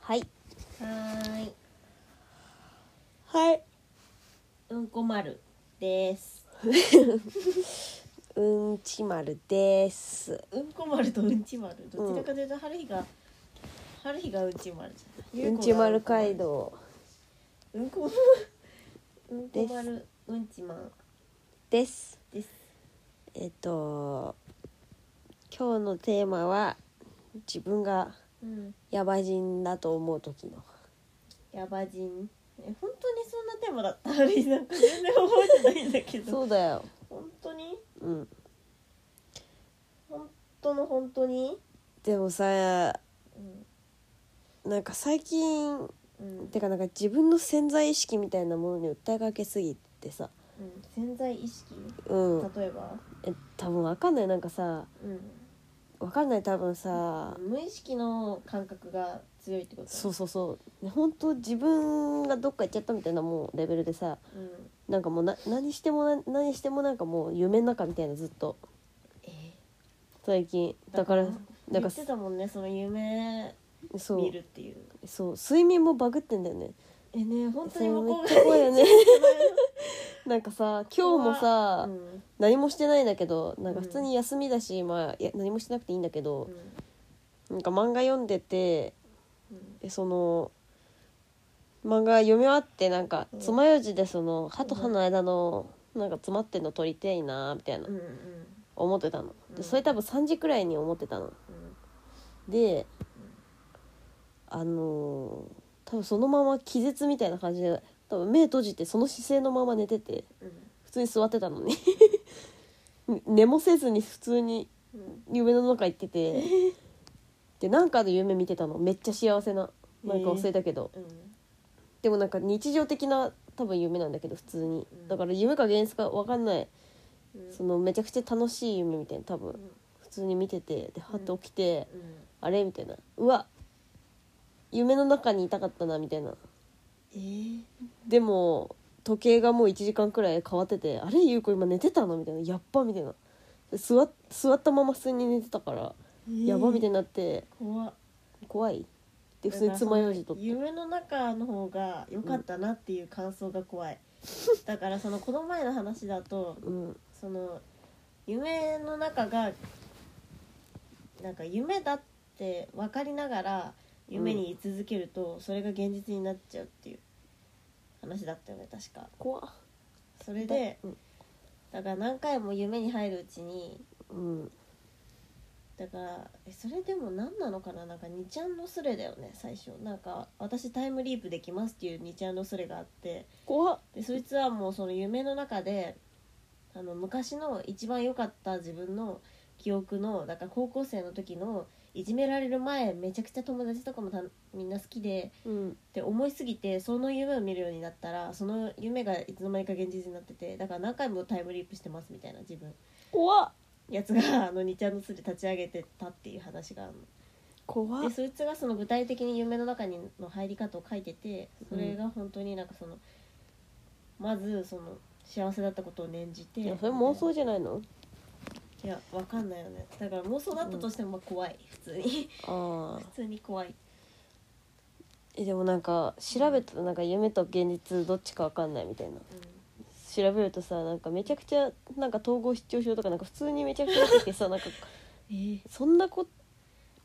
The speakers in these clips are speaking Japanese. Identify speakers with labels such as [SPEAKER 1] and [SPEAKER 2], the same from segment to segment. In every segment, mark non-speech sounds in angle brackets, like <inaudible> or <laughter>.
[SPEAKER 1] はい
[SPEAKER 2] はーい
[SPEAKER 1] はい
[SPEAKER 2] うんこ丸です
[SPEAKER 1] うんち丸です
[SPEAKER 2] うんこ丸とうんち丸どちらかというと春日が、春日がうんち丸じゃな
[SPEAKER 1] う
[SPEAKER 2] い
[SPEAKER 1] んち丸街道
[SPEAKER 2] うんこうんこ丸うんちマン
[SPEAKER 1] です
[SPEAKER 2] です
[SPEAKER 1] えっと今日のテーマは自分が
[SPEAKER 2] うん
[SPEAKER 1] ヤバ人だと思う時の
[SPEAKER 2] ヤバ人え本当にそんなテーマだった春日なんか全然覚えてないんだけど
[SPEAKER 1] そうだよ
[SPEAKER 2] 本当に
[SPEAKER 1] うん
[SPEAKER 2] 本当の本当に
[SPEAKER 1] でもさ
[SPEAKER 2] うん
[SPEAKER 1] なんか最近
[SPEAKER 2] うん
[SPEAKER 1] てかなんか自分の潜在意識みたいなものに訴えかけすぎてさ
[SPEAKER 2] うん潜在意識
[SPEAKER 1] うん
[SPEAKER 2] 例えば
[SPEAKER 1] え多分わかんないなんかさ
[SPEAKER 2] うん
[SPEAKER 1] わかんない多分さ
[SPEAKER 2] 無意識の感覚が強いってこと
[SPEAKER 1] そうそうそうね本当自分がどっか行っちゃったみたいなもうレベルでさ
[SPEAKER 2] うん
[SPEAKER 1] なんかもうな何してもな何してもなんかもう夢の中みたいなずっと
[SPEAKER 2] え
[SPEAKER 1] 最近だから
[SPEAKER 2] だか
[SPEAKER 1] な
[SPEAKER 2] 言
[SPEAKER 1] んか
[SPEAKER 2] ってたもんねその夢
[SPEAKER 1] そ
[SPEAKER 2] 見
[SPEAKER 1] う
[SPEAKER 2] るっていう
[SPEAKER 1] そう睡眠もバグってんだよね
[SPEAKER 2] えね本当に
[SPEAKER 1] そう
[SPEAKER 2] もう
[SPEAKER 1] め
[SPEAKER 2] こ
[SPEAKER 1] っ
[SPEAKER 2] う
[SPEAKER 1] ちゃ怖いよねなんかさ今日もさ、
[SPEAKER 2] うん
[SPEAKER 1] 何もしてないんだけどなんか
[SPEAKER 2] うん
[SPEAKER 1] 普通に休みだし、まあいや何もしなくていいんだけ
[SPEAKER 2] う
[SPEAKER 1] ど、
[SPEAKER 2] ん
[SPEAKER 1] なんか漫画読んでて
[SPEAKER 2] うん
[SPEAKER 1] でその漫画読み終わってなんか
[SPEAKER 2] うん
[SPEAKER 1] 爪楊枝でその歯と歯の間のなんか詰まってんの取りていなみたいな
[SPEAKER 2] うんうん
[SPEAKER 1] 思ってたの
[SPEAKER 2] う
[SPEAKER 1] で
[SPEAKER 2] ん
[SPEAKER 1] それ多分3時くらいに思ってたの
[SPEAKER 2] うん
[SPEAKER 1] であのー多分そのまま気絶みたいな感じで多分目閉じてその姿勢のまま寝てて
[SPEAKER 2] うん
[SPEAKER 1] 普通に座ってたのに <laughs> 寝もせずに普通に
[SPEAKER 2] うん
[SPEAKER 1] 夢の中行っててでなんかの夢見てたのめっちゃ幸せななんか忘れたけど、
[SPEAKER 2] うん
[SPEAKER 1] でもなんか日常的な多分夢なんだけど普通に
[SPEAKER 2] うん
[SPEAKER 1] だから夢か現実か分かんない
[SPEAKER 2] うん
[SPEAKER 1] そのめちゃくちゃ楽しい夢みたいな多分普通に見ててでハッと起きて、
[SPEAKER 2] うん
[SPEAKER 1] あれみたいなうわ夢の中にいたかったなみたいな
[SPEAKER 2] えー
[SPEAKER 1] でも時計がもう1時間くらい変わってて「あれゆう子今寝てたの?」みたいな「やっば」みたいなで座っ座ったまま普通に寝てたから「
[SPEAKER 2] えー
[SPEAKER 1] やば」みたいになって。
[SPEAKER 2] 怖っ
[SPEAKER 1] 怖いで普通に爪楊枝取って
[SPEAKER 2] 夢の中の方が良かったなっていう感想が怖い、だからそのこの前の話だと
[SPEAKER 1] うん
[SPEAKER 2] その夢の中がなんか夢だって分かりながら夢に居続けるとそれが現実になっちゃうっていう話だったよね確か
[SPEAKER 1] 怖っ
[SPEAKER 2] それで
[SPEAKER 1] うん
[SPEAKER 2] だから何回も夢に入るうちに
[SPEAKER 1] うん
[SPEAKER 2] だからえそれでも何なのかななんか2ちゃんのスレだよね最初なんか私タイムリープできますっていう2ちゃんのスレがあって
[SPEAKER 1] 怖っ
[SPEAKER 2] でそいつはもうその夢の中であの昔の一番良かった自分の記憶のだから高校生の時のいじめられる前めちゃくちゃ友達とかもたみんな好きで
[SPEAKER 1] うん
[SPEAKER 2] って思いすぎてその夢を見るようになったらその夢がいつの間にか現実になっててだから何回もタイムリープしてますみたいな自分
[SPEAKER 1] 怖っ
[SPEAKER 2] やつがあの2ちゃんの巣で立ち上げてたっていう話があるの。
[SPEAKER 1] 怖
[SPEAKER 2] で
[SPEAKER 1] っ
[SPEAKER 2] そいつがその具体的に夢の中にの入り方を書いててそれが本当になんかその、まずその幸せだったことを念じて
[SPEAKER 1] いやそれ妄想じゃないの
[SPEAKER 2] いやわかんないよねだから妄想だったとしてもまあ怖い普通に <laughs>
[SPEAKER 1] ああ
[SPEAKER 2] 普通に怖い
[SPEAKER 1] えでもなんか調べたらなんか夢と現実どっちかわかんないみたいな調べるとさなんかめちゃくちゃなんか統合失調症とかなんか普通にめちゃくちゃ出てきてさなんか
[SPEAKER 2] えー
[SPEAKER 1] そんなこ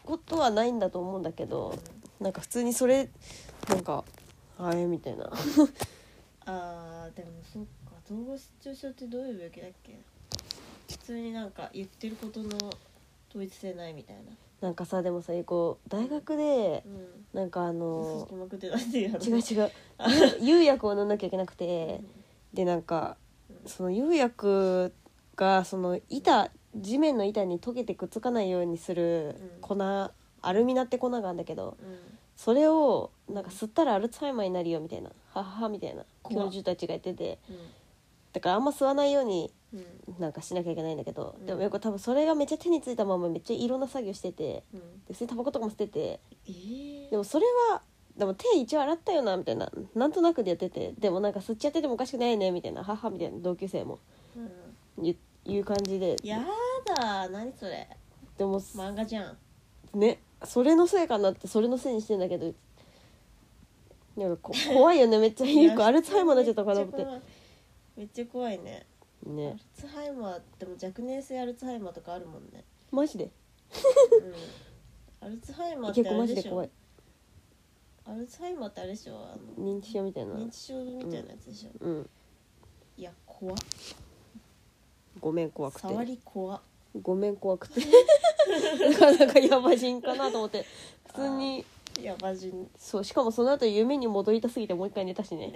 [SPEAKER 1] ことはないんだと思うんだけどなんか普通にそれなんかあれみたいな
[SPEAKER 2] あーでもそっか統合失調症ってどういう病気だっけ普通になんか言ってることの統一性ないみたいな
[SPEAKER 1] なんかさでもさこう大学で
[SPEAKER 2] うん
[SPEAKER 1] なんかあの
[SPEAKER 2] 嘘つきまくってたっていう話
[SPEAKER 1] 違う違うゆ釉薬を飲んなきゃいけなくてでなんかその釉薬がその板地面の板に溶けてくっつかないようにする
[SPEAKER 2] うん
[SPEAKER 1] 粉、アルミナって粉があるんだけど
[SPEAKER 2] うん
[SPEAKER 1] それをなんか吸ったらアルツハイマーになるよみたいなはははみたいな
[SPEAKER 2] 怖
[SPEAKER 1] 教
[SPEAKER 2] っ
[SPEAKER 1] 授たちが言ってて
[SPEAKER 2] うん
[SPEAKER 1] だからあんま吸わないように
[SPEAKER 2] うん
[SPEAKER 1] なんかしなきゃいけないんだけど、
[SPEAKER 2] うん
[SPEAKER 1] でもよく多分それがめっちゃ手についたままめっちゃいろんな作業してて
[SPEAKER 2] うん
[SPEAKER 1] で普通にタバコとかも吸ってて
[SPEAKER 2] えー
[SPEAKER 1] でもそれはでも手一応洗ったよなみたいななんとなくでやっててでもなんか吸っちゃっててもおかしくないねみたいな母みたいな同級生も
[SPEAKER 2] うん
[SPEAKER 1] 言いう感じで
[SPEAKER 2] やだ何それ
[SPEAKER 1] でも、
[SPEAKER 2] 漫画じゃん
[SPEAKER 1] ねそれのせいかなってそれのせいにしてんだけどなんかこ怖いよねめっちゃゆう子アルツハイマーになっちゃったのかなと思っ
[SPEAKER 2] めっちゃ怖いめっちゃ怖いね
[SPEAKER 1] て
[SPEAKER 2] ア
[SPEAKER 1] ね
[SPEAKER 2] ルツハイマーでも若年性アルツハイマーとかあるもんね、
[SPEAKER 1] マジで
[SPEAKER 2] うん、アルツハイマーって
[SPEAKER 1] 結構
[SPEAKER 2] あ
[SPEAKER 1] マ
[SPEAKER 2] れ
[SPEAKER 1] ジ
[SPEAKER 2] で
[SPEAKER 1] で
[SPEAKER 2] し
[SPEAKER 1] 怖
[SPEAKER 2] ょ
[SPEAKER 1] い
[SPEAKER 2] アルツハイマーってあれでしょあ
[SPEAKER 1] 認知症みたいな
[SPEAKER 2] の認知症みたいなやつでしょ、
[SPEAKER 1] うん
[SPEAKER 2] いや怖っ
[SPEAKER 1] ごめん怖くて
[SPEAKER 2] 触り怖っ
[SPEAKER 1] ごめん怖くてなかなかやば人かなと思って普通に
[SPEAKER 2] いやマジに
[SPEAKER 1] そうしかもその後夢に戻りたすぎてもう一回寝たしね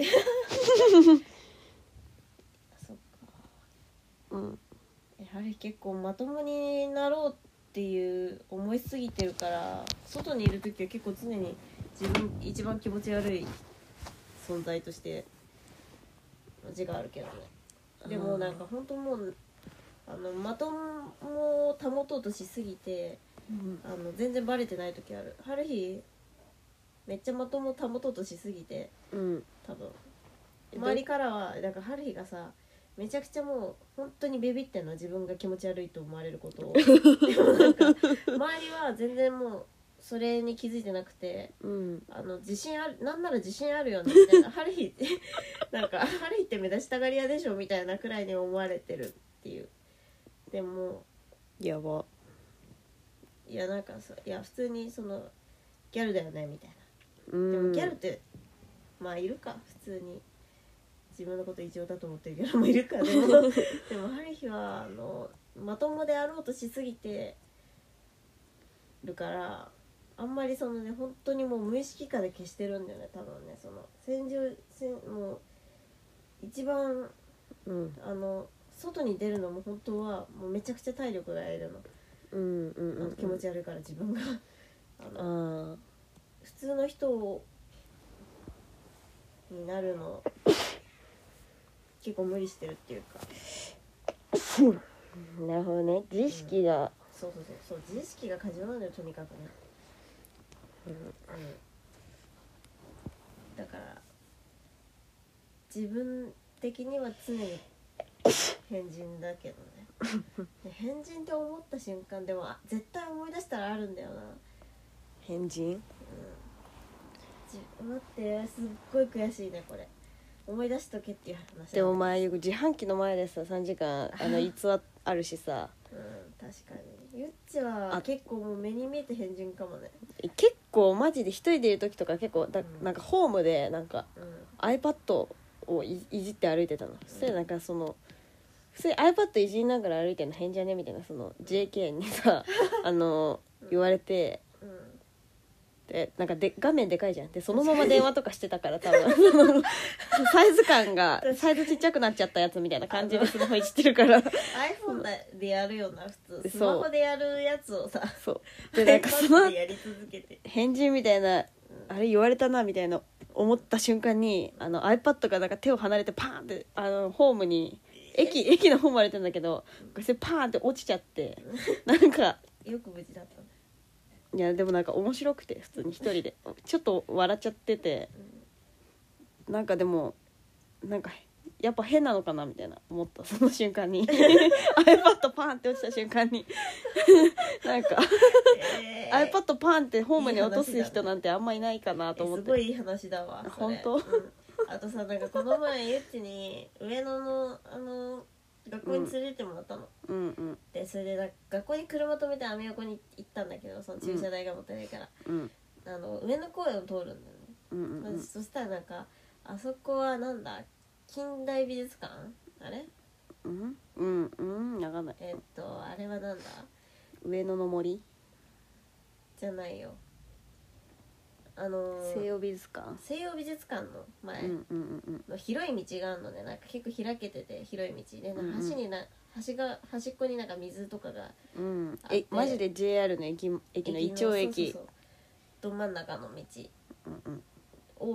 [SPEAKER 2] そっか
[SPEAKER 1] うん
[SPEAKER 2] やはり結構まともになろうっていう思いすぎてるから外にいる時は結構常に自分一番気持ち悪い存在として字があるけどねでもなんか本当もうあのまともを保とうとしすぎてあの全然バレてない時あるある日めっちゃまともを保とうとしすぎて
[SPEAKER 1] うん
[SPEAKER 2] 多分
[SPEAKER 1] え
[SPEAKER 2] 周りからはだから春日がさめちゃくちゃもう本当にビビってんの自分が気持ち悪いと思われる <laughs> ことをでもなんか周りは全然もうそれに気づいてなくて
[SPEAKER 1] うん
[SPEAKER 2] あの自信あるなんなら自信あるよねみたいな春日 <laughs> なんか春日って目立ちたがり屋でしょみたいなくらいに思われてるっていうでも
[SPEAKER 1] やば
[SPEAKER 2] いやなんかさいや普通にそのギャルだよねみたいな
[SPEAKER 1] うん
[SPEAKER 2] でもギャルってまあいるか普通に自分のこと異常だと思ってるギャルもいるか
[SPEAKER 1] <laughs>
[SPEAKER 2] でもでもハリヒはあのまともであろうとしすぎてるからあんまりそのね本当にもう無意識化で消してるんだよね多分ねその戦場戦もう一番
[SPEAKER 1] うん
[SPEAKER 2] あの外に出るのも本当はもうめちゃくちゃ体力がいるの,、
[SPEAKER 1] うんうん
[SPEAKER 2] あ
[SPEAKER 1] う
[SPEAKER 2] の
[SPEAKER 1] ん
[SPEAKER 2] 気持ち悪いから自分があの
[SPEAKER 1] あ
[SPEAKER 2] 普通の人をになるの結構無理してるっていうか
[SPEAKER 1] あなるほどね自意識が
[SPEAKER 2] そうそうそうそう自意識が過剰なんだよとにかくね、うんだから自分的には常に変人だけどね
[SPEAKER 1] <laughs>
[SPEAKER 2] で変人って思った瞬間でもあ絶対思い出したらあるんだよな
[SPEAKER 1] 変人
[SPEAKER 2] じ待ってすっごい悔しいねこれ思い出しとけっていう話
[SPEAKER 1] でも前よく自販機の前でさ3時間あの逸話あるしさ
[SPEAKER 2] うん確かにゆっちは
[SPEAKER 1] あ
[SPEAKER 2] 結構もう目に見えて変人かもね
[SPEAKER 1] 結構マジで一人でいる時とか結構だ
[SPEAKER 2] うん
[SPEAKER 1] なんかホームでなんか
[SPEAKER 2] うん
[SPEAKER 1] iPad をいいじって歩いてたのそしたらなんかその普通に iPad いじりながら歩いてるの変じゃねみたいなその JK に <laughs> さあの言われて
[SPEAKER 2] うん
[SPEAKER 1] でなんかで画面でかいじゃんでそのまま電話とかしてたから多 <laughs> 分そのサイズ感がサイズちっちゃくなっちゃったやつみたいな感じでスマホいじってるから
[SPEAKER 2] iPhone ででやるよな普
[SPEAKER 1] そう
[SPEAKER 2] 通スマホでやるやつをさ
[SPEAKER 1] そうでなんかそ
[SPEAKER 2] iPad
[SPEAKER 1] の
[SPEAKER 2] でやり続けて
[SPEAKER 1] 返事みたいなあれ言われたなみたいな思った瞬間にあの iPad がなんか手を離れてパーンってあのホームに駅駅のホームまで行ったんだけどこれパーンって落ちちゃってなんか
[SPEAKER 2] よく無事だったね
[SPEAKER 1] いやでもなんか面白くて普通に一人でちょっと笑っちゃっててなんかでもなんかやっぱ変なのかなみたいな思ったその瞬間に iPad パーンって落ちた瞬間に <laughs> なんか <laughs> iPad パーンってホームに落とす人なんてあんまいないかなと思っ
[SPEAKER 2] す
[SPEAKER 1] て
[SPEAKER 2] ごいいい話だわそれ
[SPEAKER 1] 本
[SPEAKER 2] うんあとさなんかこの前ゆっちに上野のあの学校に連れてってもらったの、
[SPEAKER 1] うんうん
[SPEAKER 2] でそれでなんか学校に車止めてアメ横に行ったんだけどその駐車代がもったいないから、
[SPEAKER 1] うん
[SPEAKER 2] あの上野公園を通るんだよね、
[SPEAKER 1] うんうんうん
[SPEAKER 2] そしたらなんかあそこはなんだ近代美術館あれ
[SPEAKER 1] うんうんうんわかんない
[SPEAKER 2] えっとあれはなんだ
[SPEAKER 1] 上野の森
[SPEAKER 2] じゃないよあのー
[SPEAKER 1] 西洋美術館
[SPEAKER 2] 西洋美術館の前
[SPEAKER 1] うんうんうんうん
[SPEAKER 2] の広い道があるのでなんか結構開けてて広い道でなん
[SPEAKER 1] うんうん
[SPEAKER 2] か橋にな橋が端っこになんか水とかが
[SPEAKER 1] うん
[SPEAKER 2] あっ
[SPEAKER 1] え
[SPEAKER 2] て
[SPEAKER 1] マジで JR の駅駅のイチョウ駅
[SPEAKER 2] そうそうそうど真ん中の道
[SPEAKER 1] うんうん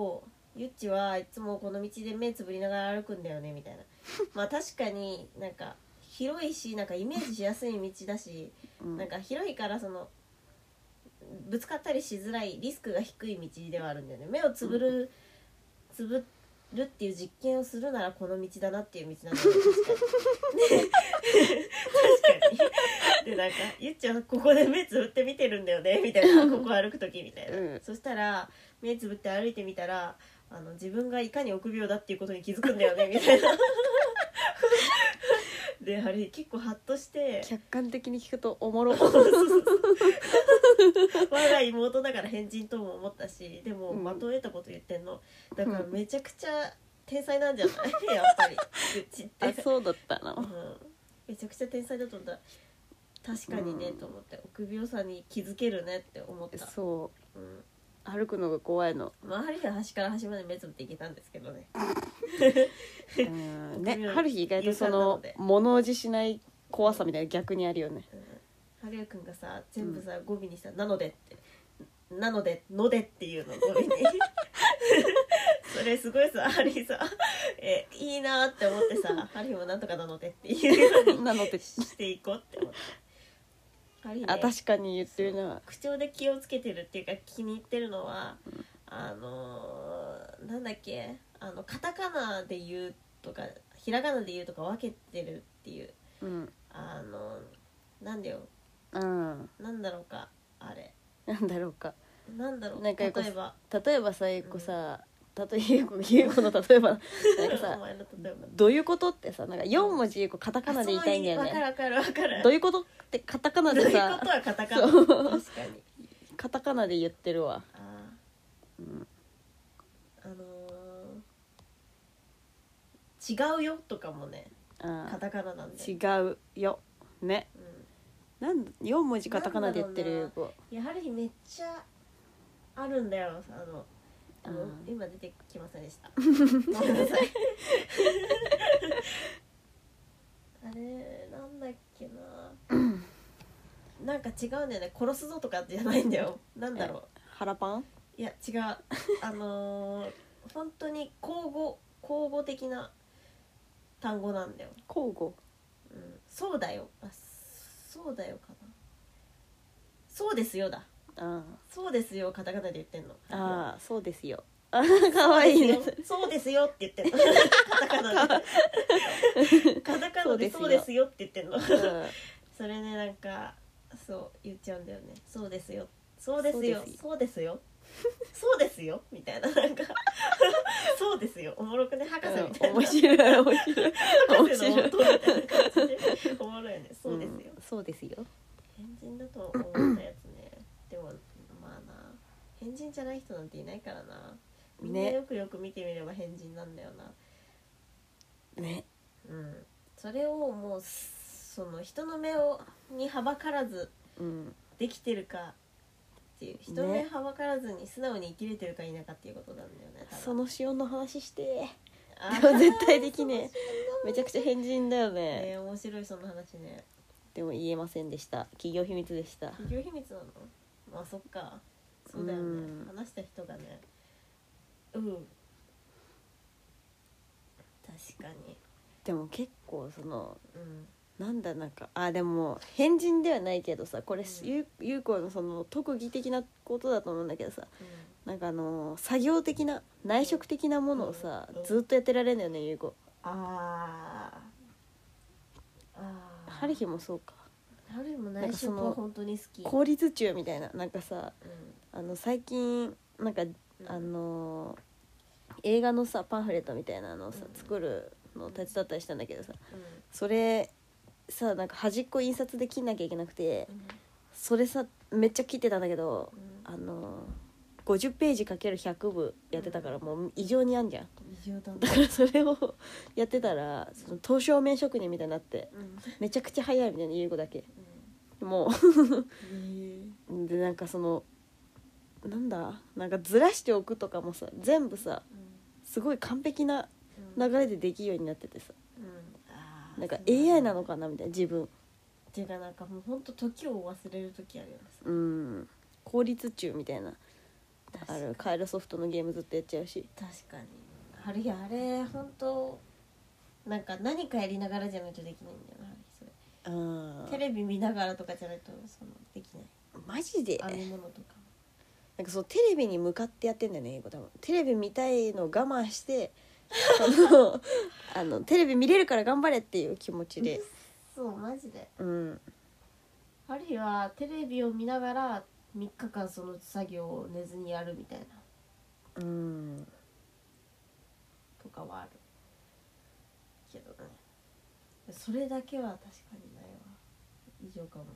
[SPEAKER 2] をゆっちはいつもこの道で目つぶりながら歩くんだよねみたいなまあ確かになんか広いしなんかイメージしやすい道だし、
[SPEAKER 1] うん
[SPEAKER 2] なんか広いからそのぶつかったりしづらいリスクが低い道ではあるんだよね目をつぶる、つぶるっていう実験をするならこの道だなっていう道なんだよね
[SPEAKER 1] <laughs>
[SPEAKER 2] 確かにでなんか「ゆっちゃんここで目つぶって見てるんだよね」みたいな「ここ歩く時」みたいな、
[SPEAKER 1] うん
[SPEAKER 2] そしたら目つぶって歩いてみたらあの自分がいかに臆病だっていうことに気づくんだよねみた
[SPEAKER 1] <laughs>
[SPEAKER 2] いなであれ結構ハッとして
[SPEAKER 1] 客観的に聞くとお <laughs> もろ
[SPEAKER 2] <laughs> 我が妹だから変人とも思ったしでも
[SPEAKER 1] うん
[SPEAKER 2] 的を得たこと言ってんのだから
[SPEAKER 1] うん
[SPEAKER 2] めちゃくちゃ天才なんじゃない <laughs> やっぱりうちって
[SPEAKER 1] あそうだった
[SPEAKER 2] うん
[SPEAKER 1] な、
[SPEAKER 2] めちゃくちゃ天才だと思った確かにね、
[SPEAKER 1] うん
[SPEAKER 2] と思って臆病さに気づけるねって思った、
[SPEAKER 1] そ
[SPEAKER 2] うん、
[SPEAKER 1] う歩くのが怖いの、
[SPEAKER 2] 周りの端から端まで目つぶっていけたんですけどね
[SPEAKER 1] うん、ね春日意外とそ
[SPEAKER 2] 勇敢なの
[SPEAKER 1] の
[SPEAKER 2] で
[SPEAKER 1] 物おじしない怖さみたいな逆にあるよね
[SPEAKER 2] はるやくんがさ全部さ語尾にさ「なので」って「なので」「ので」っていうの語尾に <laughs> それすごいさハリーさえいいなって思ってさハリーもなんとかなのでっていうのに
[SPEAKER 1] なの <laughs> で
[SPEAKER 2] していこうって思ったハリーね
[SPEAKER 1] あ確かに言ってるな
[SPEAKER 2] 口調で気をつけてるっていうか気に入ってるのは、あのーなんだっけあのカタカナで言うとかひらがなで言うとか分けてるっていう
[SPEAKER 1] うん
[SPEAKER 2] あのーなんだよ
[SPEAKER 1] うん
[SPEAKER 2] なんだろうかあれ
[SPEAKER 1] なんだろうか
[SPEAKER 2] なんだろう
[SPEAKER 1] なんか
[SPEAKER 2] 例
[SPEAKER 1] よく
[SPEAKER 2] えば
[SPEAKER 1] 例えばさゆうこさ、たとえゆうこゆうこの例えばなんか
[SPEAKER 2] お
[SPEAKER 1] さ
[SPEAKER 2] 前の例えば
[SPEAKER 1] どういうことってさなんか4文字ゆうこカタカナで言いたいんだよ
[SPEAKER 2] あその意
[SPEAKER 1] ね
[SPEAKER 2] 味わかるわかるわかる
[SPEAKER 1] どういうことってカタカナ
[SPEAKER 2] どうい
[SPEAKER 1] で
[SPEAKER 2] うこと
[SPEAKER 1] さ
[SPEAKER 2] はカタカナ
[SPEAKER 1] そ
[SPEAKER 2] 確
[SPEAKER 1] う
[SPEAKER 2] かに
[SPEAKER 1] カタカナで言ってるわ
[SPEAKER 2] あ
[SPEAKER 1] うん
[SPEAKER 2] ーあのー違うよとかもねカ
[SPEAKER 1] あ
[SPEAKER 2] タカナなんで、
[SPEAKER 1] 違うよね
[SPEAKER 2] うん
[SPEAKER 1] なん4文字カタカナで言ってる
[SPEAKER 2] な
[SPEAKER 1] ゆ
[SPEAKER 2] ん
[SPEAKER 1] う
[SPEAKER 2] だ
[SPEAKER 1] こ
[SPEAKER 2] いやはりめっちゃあるんだよあのあの、
[SPEAKER 1] うん
[SPEAKER 2] 今出てきませんでしたごめんなさいあれなんだっけななんか違うんだよね殺すぞとかじゃないんだよなんだろ
[SPEAKER 1] 腹パン
[SPEAKER 2] ういや違うあのー、本当に交互交互的な単語なんだよ、
[SPEAKER 1] 交互
[SPEAKER 2] うん、そうだよあそうだよかなそうですよだ
[SPEAKER 1] あ
[SPEAKER 2] そうですよカタカナで言ってんの
[SPEAKER 1] あああそうですよあーかわいいね
[SPEAKER 2] そうですよって <laughs> 言ってんのカタカナでカタカナでそ
[SPEAKER 1] そうう
[SPEAKER 2] で
[SPEAKER 1] ですす
[SPEAKER 2] よって言ってんの
[SPEAKER 1] うん
[SPEAKER 2] それねなんかそう言っちゃうんだよねそうですよそうですよそうですよそうですよみたいななんか <laughs> そうですよおもろくね博士みたいな
[SPEAKER 1] 面白い面白い
[SPEAKER 2] 博
[SPEAKER 1] 面
[SPEAKER 2] 士の
[SPEAKER 1] 白い
[SPEAKER 2] 音みたいな感じでおもろいよねそうですよ、
[SPEAKER 1] んそうですよ
[SPEAKER 2] 変人だと思ったやつねでもまあな変人じゃない人なんていないからなみんな
[SPEAKER 1] ね
[SPEAKER 2] よくよく見てみれば変人なんだよな、
[SPEAKER 1] ね
[SPEAKER 2] うんそれをもうその人の目をにはばからず
[SPEAKER 1] うん
[SPEAKER 2] できてるかっていう人の目はばからずに素直に生きれてるか否かっていうことなんだよね多分
[SPEAKER 1] その塩の話して
[SPEAKER 2] あー
[SPEAKER 1] でも絶対でき
[SPEAKER 2] <laughs>
[SPEAKER 1] ねえめちゃくちゃ
[SPEAKER 2] ね
[SPEAKER 1] 変人だよね
[SPEAKER 2] え面白いその話ね
[SPEAKER 1] でも言えませんでした企業秘密でした
[SPEAKER 2] 企業秘密なのまあそっかそうだよ
[SPEAKER 1] う
[SPEAKER 2] ね
[SPEAKER 1] ん
[SPEAKER 2] 話した人がねうん確かに
[SPEAKER 1] でも結構その
[SPEAKER 2] うん
[SPEAKER 1] なんだなんかあでも変人ではないけどさこれ、
[SPEAKER 2] うん
[SPEAKER 1] ゆゆうこのその特技的なことだと思うんだけどさなんかあのー作業的な内職的なものをさ、
[SPEAKER 2] うん
[SPEAKER 1] ずっとやってられるんだよねゆうこ
[SPEAKER 2] あーあー
[SPEAKER 1] 春日もそうか
[SPEAKER 2] ハルヒも
[SPEAKER 1] な
[SPEAKER 2] 内
[SPEAKER 1] んかそ
[SPEAKER 2] 職
[SPEAKER 1] の
[SPEAKER 2] は本当に好き
[SPEAKER 1] 効率中みたいななんかさ
[SPEAKER 2] う
[SPEAKER 1] あの最近なんか
[SPEAKER 2] ん
[SPEAKER 1] あのー映画のさパンフレットみたいなのをさ
[SPEAKER 2] うん
[SPEAKER 1] 作るのを手伝ったりしたんだけどさ
[SPEAKER 2] うん
[SPEAKER 1] それさなんか端っこ印刷で切んなきゃいけなくて
[SPEAKER 2] うん
[SPEAKER 1] それさめっちゃ切ってたんだけど
[SPEAKER 2] うん
[SPEAKER 1] あの50ページかける100部やってたからもう異常にあんじゃん
[SPEAKER 2] 異常だね
[SPEAKER 1] だからそれを <laughs> やってたらその刀削麺職人みたいになって
[SPEAKER 2] うんうん
[SPEAKER 1] めちゃくちゃ早いみたいな言う子だけも
[SPEAKER 2] へえ
[SPEAKER 1] う <laughs> でなんかそのなんだなんかずらしておくとかもさ全部さすごい完璧な
[SPEAKER 2] う
[SPEAKER 1] 流れでできるようになっててさ
[SPEAKER 2] んうんあー
[SPEAKER 1] なんか
[SPEAKER 2] そうだね
[SPEAKER 1] AI なのかなみたいな自分
[SPEAKER 2] っていうかなんかもう本当時を忘れる時あるよね
[SPEAKER 1] うん効率中みたいな
[SPEAKER 2] 確か
[SPEAKER 1] あ
[SPEAKER 2] に
[SPEAKER 1] るカイロソフトのゲームずっとやっちゃうし
[SPEAKER 2] 確かにある日あれ本当なんか何かやりながらじゃないとできないんだよなある日それ
[SPEAKER 1] あ
[SPEAKER 2] テレビ見ながらとかじゃないとそのできない
[SPEAKER 1] マジで
[SPEAKER 2] 編み物とか
[SPEAKER 1] なんかそうテレビに向かってやってんだよね英語多分テレビ見たいのを我慢して
[SPEAKER 2] <laughs>
[SPEAKER 1] そのあのテレビ見れるから頑張れっていう気持ちで
[SPEAKER 2] そうマジで
[SPEAKER 1] うん
[SPEAKER 2] ある日はテレビを見ながら3日間その作業を寝ずにやるみたいな
[SPEAKER 1] うん
[SPEAKER 2] とかはあるけどねそれだけは確かにないわ異常かも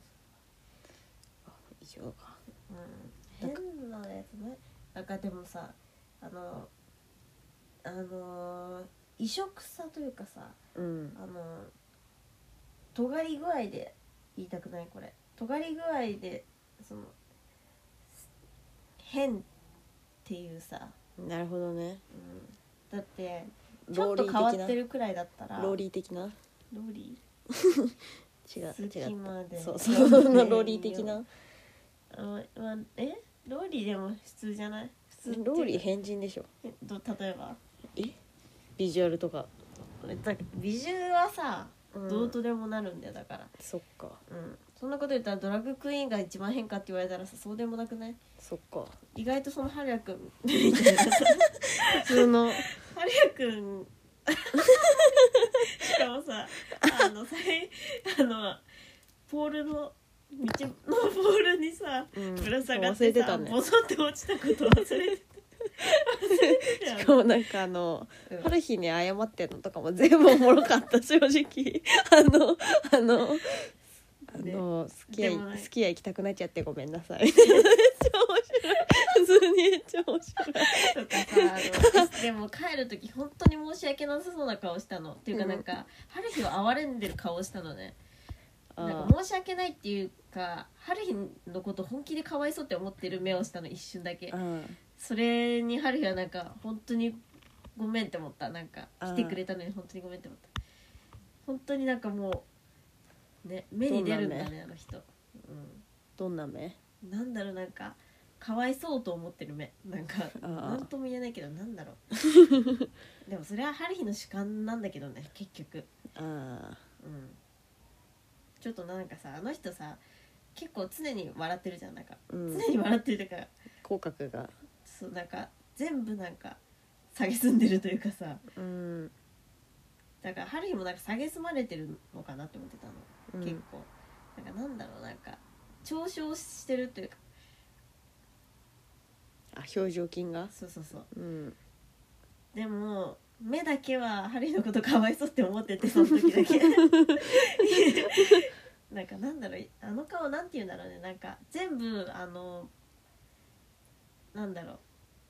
[SPEAKER 1] 以上か
[SPEAKER 2] しれない、うん、変なやつねなんかでもさあのあのー異色さというかさ
[SPEAKER 1] うん
[SPEAKER 2] あのー尖り具合で言いたくないこれ尖り具合でその変っていうさ、
[SPEAKER 1] なるほどね
[SPEAKER 2] うん、だってちょっと変わってるくらいだったら
[SPEAKER 1] ローリー的な
[SPEAKER 2] ローリ
[SPEAKER 1] 違う
[SPEAKER 2] 隙
[SPEAKER 1] 違う
[SPEAKER 2] 間で
[SPEAKER 1] そうそうそのローリー的な
[SPEAKER 2] ーあのまあえローリーでも普通じゃない普通っていうか
[SPEAKER 1] ローリー変人でしょ
[SPEAKER 2] えっと例えば
[SPEAKER 1] えビジュアルとか
[SPEAKER 2] 美獣はさ
[SPEAKER 1] うん
[SPEAKER 2] どうとでもなるんだよだから、
[SPEAKER 1] そっか
[SPEAKER 2] うん、そんなこと言ったらドラッグクイーンが一番変化って言われたらさそうでもなくない
[SPEAKER 1] そっか
[SPEAKER 2] 意外とその春也 <laughs> くんみたいな
[SPEAKER 1] 普通の
[SPEAKER 2] 春也く <laughs> んしかもさあのさいあのポールの道のポールにさ
[SPEAKER 1] うん
[SPEAKER 2] ぶら下がっ
[SPEAKER 1] 忘れ
[SPEAKER 2] て
[SPEAKER 1] て
[SPEAKER 2] さ
[SPEAKER 1] たね
[SPEAKER 2] ボソって落ちたこと忘れてた忘れてた
[SPEAKER 1] し
[SPEAKER 2] よ
[SPEAKER 1] かもなんかあの
[SPEAKER 2] うん
[SPEAKER 1] 春日に謝ってんのとかも全部おもろかった正直 <laughs> あのあのあのすき家
[SPEAKER 2] でもない
[SPEAKER 1] すき家行きたくなっちゃってごめんなさい <laughs> めっちゃ面白い普通にめっちゃ面白い
[SPEAKER 2] とかさあ <laughs> のでも帰る時本当に申し訳なさそうな顔したのっていうか
[SPEAKER 1] うん
[SPEAKER 2] なんか、春日は哀れんでる顔したのねなん
[SPEAKER 1] あ
[SPEAKER 2] か申し訳ないっていうか春日のこと本気でかわいそうって思ってる目をしたの一瞬だけ
[SPEAKER 1] ーうん
[SPEAKER 2] それに春日はなんか本当にごめんって思ったなんか
[SPEAKER 1] あー
[SPEAKER 2] 来てくれたのに本当にごめんって思った本当になんかもうね目に出るんだ
[SPEAKER 1] どん
[SPEAKER 2] ねあの人
[SPEAKER 1] どんな目
[SPEAKER 2] うんなんだろうなんかかわいそうと思ってる目なんか
[SPEAKER 1] あー
[SPEAKER 2] なんとも言えないけどなんだろ <laughs> うでもそれは春日の主観なんだけどね結局
[SPEAKER 1] あ
[SPEAKER 2] うんちょっとなんかさあの人さ結構常に笑ってるじゃんなんか、
[SPEAKER 1] ーうん
[SPEAKER 2] 常に笑ってるから
[SPEAKER 1] 口角が
[SPEAKER 2] そうなんか全部なんか下げすんでるというかさ
[SPEAKER 1] うん
[SPEAKER 2] だから春日もなんか下げすまれてるのかなって思ってたの、
[SPEAKER 1] うん
[SPEAKER 2] 結構なんかなんだろうなんか嘲笑してるというか
[SPEAKER 1] あ表情筋が
[SPEAKER 2] そうそうそう
[SPEAKER 1] うん
[SPEAKER 2] でも目だけはハリーのことかわいそうって思っててその時だけ <laughs> なんかなんだろうあの顔なんて言うんだろうねなんか全部あのなんだろう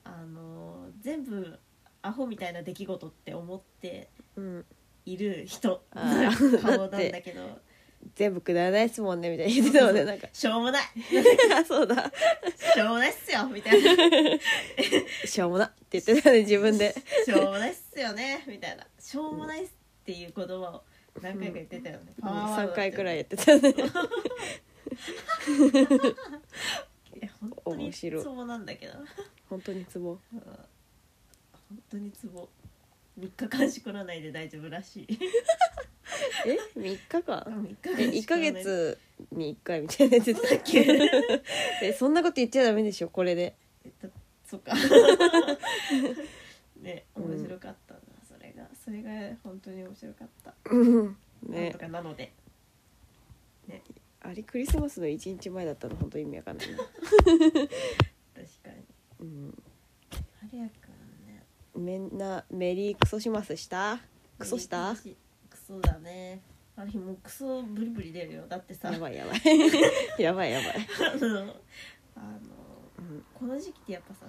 [SPEAKER 2] あの全部アホみたいな出来事って思って
[SPEAKER 1] うん
[SPEAKER 2] いる人
[SPEAKER 1] あー
[SPEAKER 2] 顔なんだけど
[SPEAKER 1] 全部くだらないですもんねみたいな言ってたのでなんか
[SPEAKER 2] しょうもない
[SPEAKER 1] あ <laughs> そうだ
[SPEAKER 2] しょうもないっすよみたいな
[SPEAKER 1] しょうもなって言ってたね自分で
[SPEAKER 2] しょうもないっすよねみたいなしょうもないっすっていう言葉を何回か言ってたよね、パワーワードだ
[SPEAKER 1] 3回
[SPEAKER 2] って
[SPEAKER 1] くらいやってたね
[SPEAKER 2] いや本当に
[SPEAKER 1] 面白い
[SPEAKER 2] ツボなんだけど
[SPEAKER 1] 本当にツボ
[SPEAKER 2] うん本当にツボ3日間しこらないで大丈夫らしい
[SPEAKER 1] え3日間
[SPEAKER 2] 三日間
[SPEAKER 1] え1ヶ月に1回みたいなやつ言ってたっ
[SPEAKER 2] そう
[SPEAKER 1] <laughs>
[SPEAKER 2] だっ
[SPEAKER 1] けえそんなこと言っちゃダメでしょこれで
[SPEAKER 2] えっとそっかね面白かったな、それがそれが本当に面白かった、なん
[SPEAKER 1] ね
[SPEAKER 2] とかなので
[SPEAKER 1] あれクリスマスの1日前だったの本当意味わかんないな、
[SPEAKER 2] 確かに
[SPEAKER 1] うん、
[SPEAKER 2] ハリア君ね
[SPEAKER 1] みんなメリークソしますしたクソした
[SPEAKER 2] クソだねあの日もうクソブリブリ出るよだってさ
[SPEAKER 1] やばいやばいやばい <laughs> やばい、
[SPEAKER 2] あのあの
[SPEAKER 1] うん
[SPEAKER 2] この時期ってやっぱさ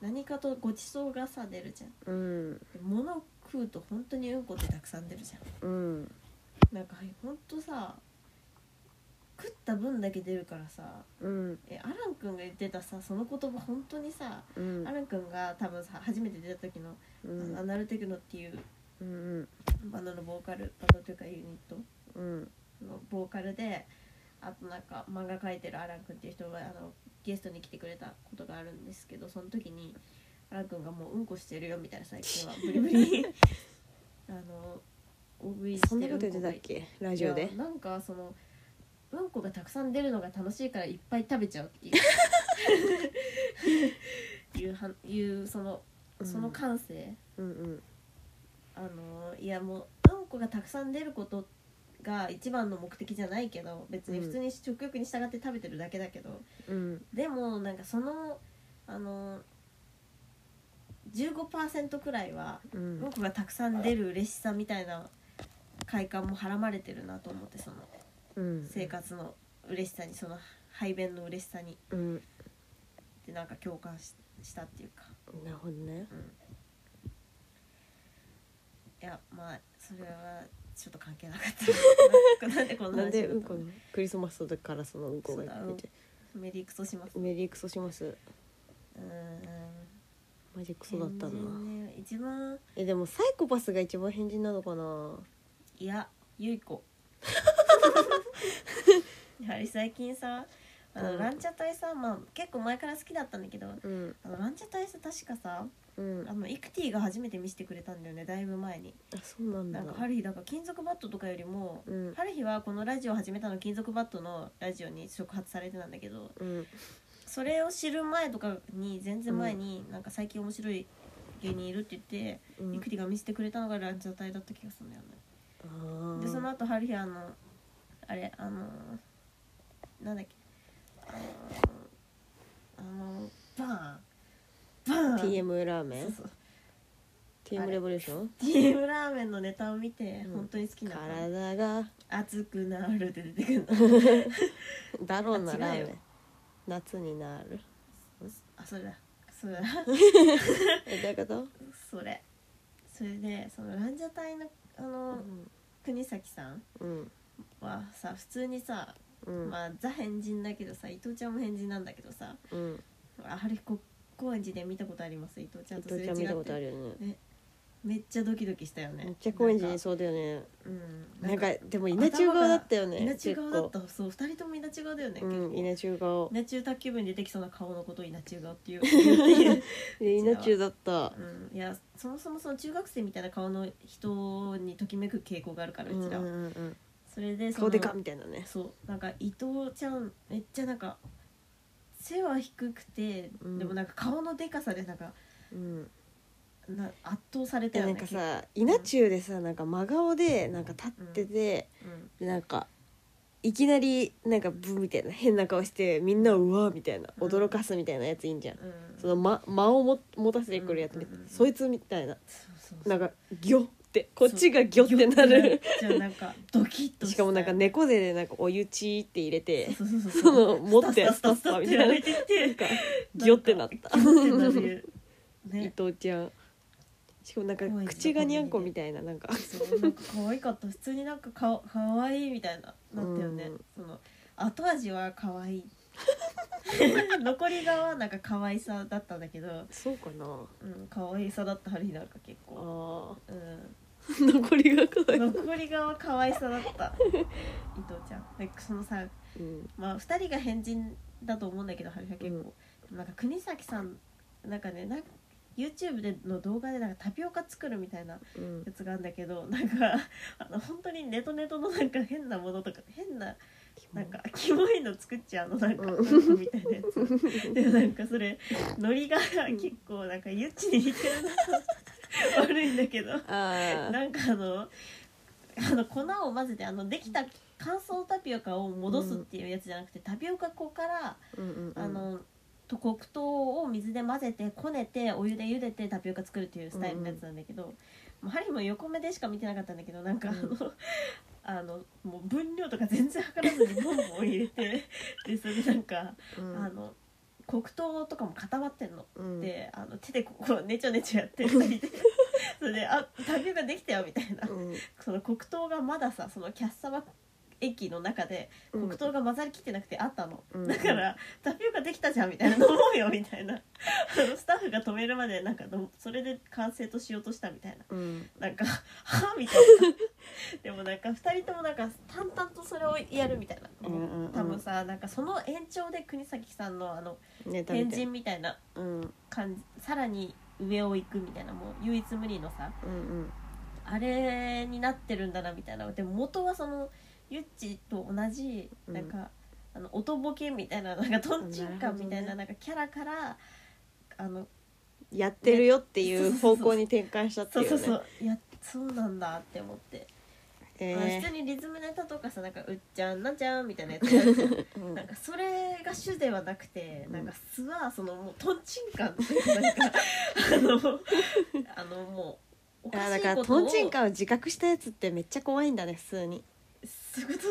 [SPEAKER 2] 何かとごちそうがさ出るじゃん
[SPEAKER 1] うん
[SPEAKER 2] 物食うと本当にうんこってたくさん出るじゃ
[SPEAKER 1] うん
[SPEAKER 2] んなんか本当さ食った分だけ出るからさ
[SPEAKER 1] うん
[SPEAKER 2] えアランくんが言ってたさその言葉本当にさ、
[SPEAKER 1] うん
[SPEAKER 2] アランくんが多分さ初めて出た時の、
[SPEAKER 1] う
[SPEAKER 2] あのア
[SPEAKER 1] ん
[SPEAKER 2] ナルテクノっていう
[SPEAKER 1] うん
[SPEAKER 2] バンドのボーカルバンドというかユニット
[SPEAKER 1] うん
[SPEAKER 2] のボーカルであとなんか漫画描いてるアランくんっていう人があのゲストに来てくれたことがあるんですけどその時にアランくんがもううんこしてるよみたいな最近はブリブ
[SPEAKER 1] <laughs>
[SPEAKER 2] リあの大食いして
[SPEAKER 1] そんなこと
[SPEAKER 2] う
[SPEAKER 1] 言
[SPEAKER 2] ん
[SPEAKER 1] って
[SPEAKER 2] こ
[SPEAKER 1] た
[SPEAKER 2] が
[SPEAKER 1] っけラジオ
[SPEAKER 2] い
[SPEAKER 1] で
[SPEAKER 2] やなんかそのうんこがたくさん出るのが楽しいからいっぱい食べちゃうっていう
[SPEAKER 1] <laughs>
[SPEAKER 2] いうはんいうそのその感性、
[SPEAKER 1] うんうん
[SPEAKER 2] あのいやもううんこがたくさん出ることが一番の目的じゃないけど別に普通に食欲に従って食べてるだけだけど、
[SPEAKER 1] うん
[SPEAKER 2] でもなんかそのあの15%くらいは
[SPEAKER 1] うん、
[SPEAKER 2] 僕がたくさん出る嬉しさみたいな快感もはらまれてるなと思ってその
[SPEAKER 1] うん、
[SPEAKER 2] 生活の嬉しさにその排便の嬉しさに
[SPEAKER 1] うん
[SPEAKER 2] でなんか共感ししたっていうか
[SPEAKER 1] なるほどね
[SPEAKER 2] いやまあそれはちょっと関係なか
[SPEAKER 1] <laughs>
[SPEAKER 2] ったなんでこんな
[SPEAKER 1] なん
[SPEAKER 2] 話
[SPEAKER 1] でうん
[SPEAKER 2] になった
[SPEAKER 1] こ
[SPEAKER 2] の
[SPEAKER 1] のクリスマスだからそのうんこが
[SPEAKER 2] そうだ
[SPEAKER 1] 出て
[SPEAKER 2] メリークソします
[SPEAKER 1] メリークソします
[SPEAKER 2] うーん
[SPEAKER 1] マジクソだったな
[SPEAKER 2] 変人ね一番
[SPEAKER 1] えでもサイコパスが一番変人なのかない
[SPEAKER 2] やゆ
[SPEAKER 1] <laughs>
[SPEAKER 2] いこやはり最近さあの、
[SPEAKER 1] うん
[SPEAKER 2] ランチャタイさまあ結構前から好きだったんだけど
[SPEAKER 1] うん
[SPEAKER 2] あのランチャタイさ確かさ
[SPEAKER 1] うん
[SPEAKER 2] あのイクティが初めて見せてくれたんだよねだいぶ前に
[SPEAKER 1] あそうなんだ
[SPEAKER 2] なんか春日だから金属バットとかよりも、
[SPEAKER 1] うん
[SPEAKER 2] 春日はこのラジオ始めたの金属バットのラジオに触発されてたんだけど
[SPEAKER 1] うん
[SPEAKER 2] それを知る前とかに全然前に、なんか最近面白い芸人いるって言って、
[SPEAKER 1] う
[SPEAKER 2] イ
[SPEAKER 1] ん
[SPEAKER 2] クティが見せてくれたのがランチャタイだった気がするんだよね
[SPEAKER 1] あ
[SPEAKER 2] でそ
[SPEAKER 1] ー
[SPEAKER 2] の後ハルヒあのあれあのなんだっけあのあのバーンバーン
[SPEAKER 1] TM ラーメ
[SPEAKER 2] そう
[SPEAKER 1] ン
[SPEAKER 2] そう
[SPEAKER 1] TM レボリューション
[SPEAKER 2] TM ラーメンのネタを見て
[SPEAKER 1] うん
[SPEAKER 2] 本当に好きなの、
[SPEAKER 1] 体が
[SPEAKER 2] 熱くなるって出てくるの
[SPEAKER 1] だろうな
[SPEAKER 2] あ違う
[SPEAKER 1] ラーメ
[SPEAKER 2] よ
[SPEAKER 1] ン夏になる
[SPEAKER 2] あそれだそれだ <laughs>
[SPEAKER 1] えどういうこと
[SPEAKER 2] それそれでそのランジャタイのあの国崎さん
[SPEAKER 1] うん
[SPEAKER 2] はさ普通にさ、
[SPEAKER 1] うん
[SPEAKER 2] まあザ変人だけどさ伊藤ちゃんも変人なんだけどさ
[SPEAKER 1] うん
[SPEAKER 2] あれこ高円寺で見たことあります伊藤ちゃん
[SPEAKER 1] 伊
[SPEAKER 2] とすれ
[SPEAKER 1] 藤
[SPEAKER 2] 違
[SPEAKER 1] ちゃ
[SPEAKER 2] っ
[SPEAKER 1] ん見たこ
[SPEAKER 2] て
[SPEAKER 1] とあるよね
[SPEAKER 2] めっちゃドキドキしたよね
[SPEAKER 1] めっちゃ高円寺に
[SPEAKER 2] なん
[SPEAKER 1] い
[SPEAKER 2] か
[SPEAKER 1] そうだよね
[SPEAKER 2] うん
[SPEAKER 1] なんかでも稲中顔だったよね
[SPEAKER 2] 稲
[SPEAKER 1] 結
[SPEAKER 2] 中顔だ
[SPEAKER 1] 構
[SPEAKER 2] ったそう二人とも稲中顔だよね、
[SPEAKER 1] うん
[SPEAKER 2] 結構
[SPEAKER 1] 稲中顔
[SPEAKER 2] 稲中卓球部に出てきそうな顔のことを稲中顔っ
[SPEAKER 1] <laughs>
[SPEAKER 2] ていう、う
[SPEAKER 1] で稲中だった
[SPEAKER 2] ん、いやそもそもその中学生みたいな顔の人にときめく傾向があるからうちらは、
[SPEAKER 1] うんうんうん
[SPEAKER 2] それでその
[SPEAKER 1] 顔でかみたいなね
[SPEAKER 2] そうなんか伊藤ちゃんめっちゃなんか背は低くて、
[SPEAKER 1] うん
[SPEAKER 2] でもなんか顔のでかさでなんか
[SPEAKER 1] うん
[SPEAKER 2] な圧倒された
[SPEAKER 1] で
[SPEAKER 2] よ
[SPEAKER 1] な
[SPEAKER 2] ね
[SPEAKER 1] んかさ稲中でさなんか真顔でなんか立ってて、
[SPEAKER 2] 結構うん
[SPEAKER 1] でなんかいきなりなんかブーみたいな変な顔してみんなうわーみたいな
[SPEAKER 2] うん
[SPEAKER 1] 驚かすみたいなやついいんじゃん、
[SPEAKER 2] うん
[SPEAKER 1] その間間をも持たせてくるやつみたいな、
[SPEAKER 2] うんうんうん
[SPEAKER 1] そいつみたいな
[SPEAKER 2] そうそうそう
[SPEAKER 1] なんかギョってこっちがギョってなる
[SPEAKER 2] じゃあなんかドキッ
[SPEAKER 1] <laughs>
[SPEAKER 2] と
[SPEAKER 1] しかもなんか猫背でなんかお湯ちーって入れて
[SPEAKER 2] そうそうそう
[SPEAKER 1] その持って
[SPEAKER 2] スタスタスタスタってやられて
[SPEAKER 1] なん
[SPEAKER 2] て
[SPEAKER 1] かギョってなった
[SPEAKER 2] ギョってなる
[SPEAKER 1] 伊
[SPEAKER 2] ね
[SPEAKER 1] 藤ちゃんしかもなんか
[SPEAKER 2] 怖い
[SPEAKER 1] 口がにゃんこみたいななんか
[SPEAKER 2] そうなんか可愛かった普通になんかかかわいいみたいななったよね
[SPEAKER 1] うん
[SPEAKER 2] その後味は可
[SPEAKER 1] <laughs>
[SPEAKER 2] 愛い残りがはなんか可愛さだったんだけど、
[SPEAKER 1] そうかな
[SPEAKER 2] うん、可愛さだった春日なんか結構、
[SPEAKER 1] あ
[SPEAKER 2] うん、
[SPEAKER 1] ー <laughs> 残りが可愛い
[SPEAKER 2] 残りがは可愛さだった伊藤ちゃんでそのさ
[SPEAKER 1] うん
[SPEAKER 2] まあ2人が変人だと思うんだけど春日結構、
[SPEAKER 1] うん
[SPEAKER 2] でもなんか国崎さんなんかねなんか YouTube での動画でなんかタピオカ作るみたいな
[SPEAKER 1] うん
[SPEAKER 2] やつがあるんだけど <laughs> なんかあの本当にネトネトのなんか変なものとか変ななんかキモいの作っちゃうのなんか、
[SPEAKER 1] うん
[SPEAKER 2] うん、みたいなやつ <laughs> でなんかそれノリが結構なんかユッチに似てるな悪いんだけど
[SPEAKER 1] <laughs> ああ
[SPEAKER 2] なんかあのあの粉を混ぜてあのできた乾燥タピオカを戻すっていうやつじゃなくて、タピオカ粉から、
[SPEAKER 1] うんうんうん
[SPEAKER 2] あのと黒糖を水で混ぜてこねてお湯で茹でてタピオカ作るっていうスタイルのやつなんだけど、もうハリーも横目でしか見てなかったんだけどなんかあの。あのもう分量とか全然測らずにボンボン入れて
[SPEAKER 1] <laughs>
[SPEAKER 2] でそれでなんか、
[SPEAKER 1] うん
[SPEAKER 2] あの黒糖とかも固まってんの
[SPEAKER 1] うん
[SPEAKER 2] であの手でここうねちょねちょやってるみたいな <laughs> それで「あタピオカできたよ」みたいな
[SPEAKER 1] うん
[SPEAKER 2] その黒糖がまださそのキャッサバ液の中で
[SPEAKER 1] うん
[SPEAKER 2] 黒糖が混ざりきってなくてあったの、
[SPEAKER 1] うん
[SPEAKER 2] だから「タピオカできたじゃん」みたいな「飲 <laughs> もうよ」みたいなあのスタッフが止めるまでなんかのそれで完成としようとしたみたいな
[SPEAKER 1] うん
[SPEAKER 2] なんか <laughs> 「はみたいなでもなんか2人ともなんか淡々とそれをやるみたいな、
[SPEAKER 1] うんうんうん
[SPEAKER 2] 多分さなんかその延長で国崎さんのあの
[SPEAKER 1] ネタ
[SPEAKER 2] 変
[SPEAKER 1] みたい
[SPEAKER 2] 人みたいな
[SPEAKER 1] うんうん
[SPEAKER 2] 感じさらに上を行くみたいなもう唯一無二のさ
[SPEAKER 1] うん
[SPEAKER 2] あれになってるんだなみたいなでも元はそのゆっちと同じ
[SPEAKER 1] うん
[SPEAKER 2] なんか、あの音ボケみたいななんかとんちんかんみたいな
[SPEAKER 1] なるほどね
[SPEAKER 2] なんかキャラからあの
[SPEAKER 1] やってるよっていう方向に転換したって
[SPEAKER 2] そう
[SPEAKER 1] い
[SPEAKER 2] そう
[SPEAKER 1] う
[SPEAKER 2] そ
[SPEAKER 1] ね
[SPEAKER 2] ういやそうなんだって思って
[SPEAKER 1] え
[SPEAKER 2] あ普通にリズムネタとかさなんかうっちゃんなんちゃんみたいなやつやる
[SPEAKER 1] <laughs>
[SPEAKER 2] じゃん
[SPEAKER 1] うん
[SPEAKER 2] なんかそれが主ではなくて、
[SPEAKER 1] うん
[SPEAKER 2] なんか素はそのもうとんちんかんというかな
[SPEAKER 1] <laughs>
[SPEAKER 2] んかあのあのもうお
[SPEAKER 1] あ
[SPEAKER 2] かし
[SPEAKER 1] だ
[SPEAKER 2] い
[SPEAKER 1] から
[SPEAKER 2] こと
[SPEAKER 1] と
[SPEAKER 2] を
[SPEAKER 1] んちんかんを自覚したやつってめっちゃ怖いんだね普通に
[SPEAKER 2] そういうこと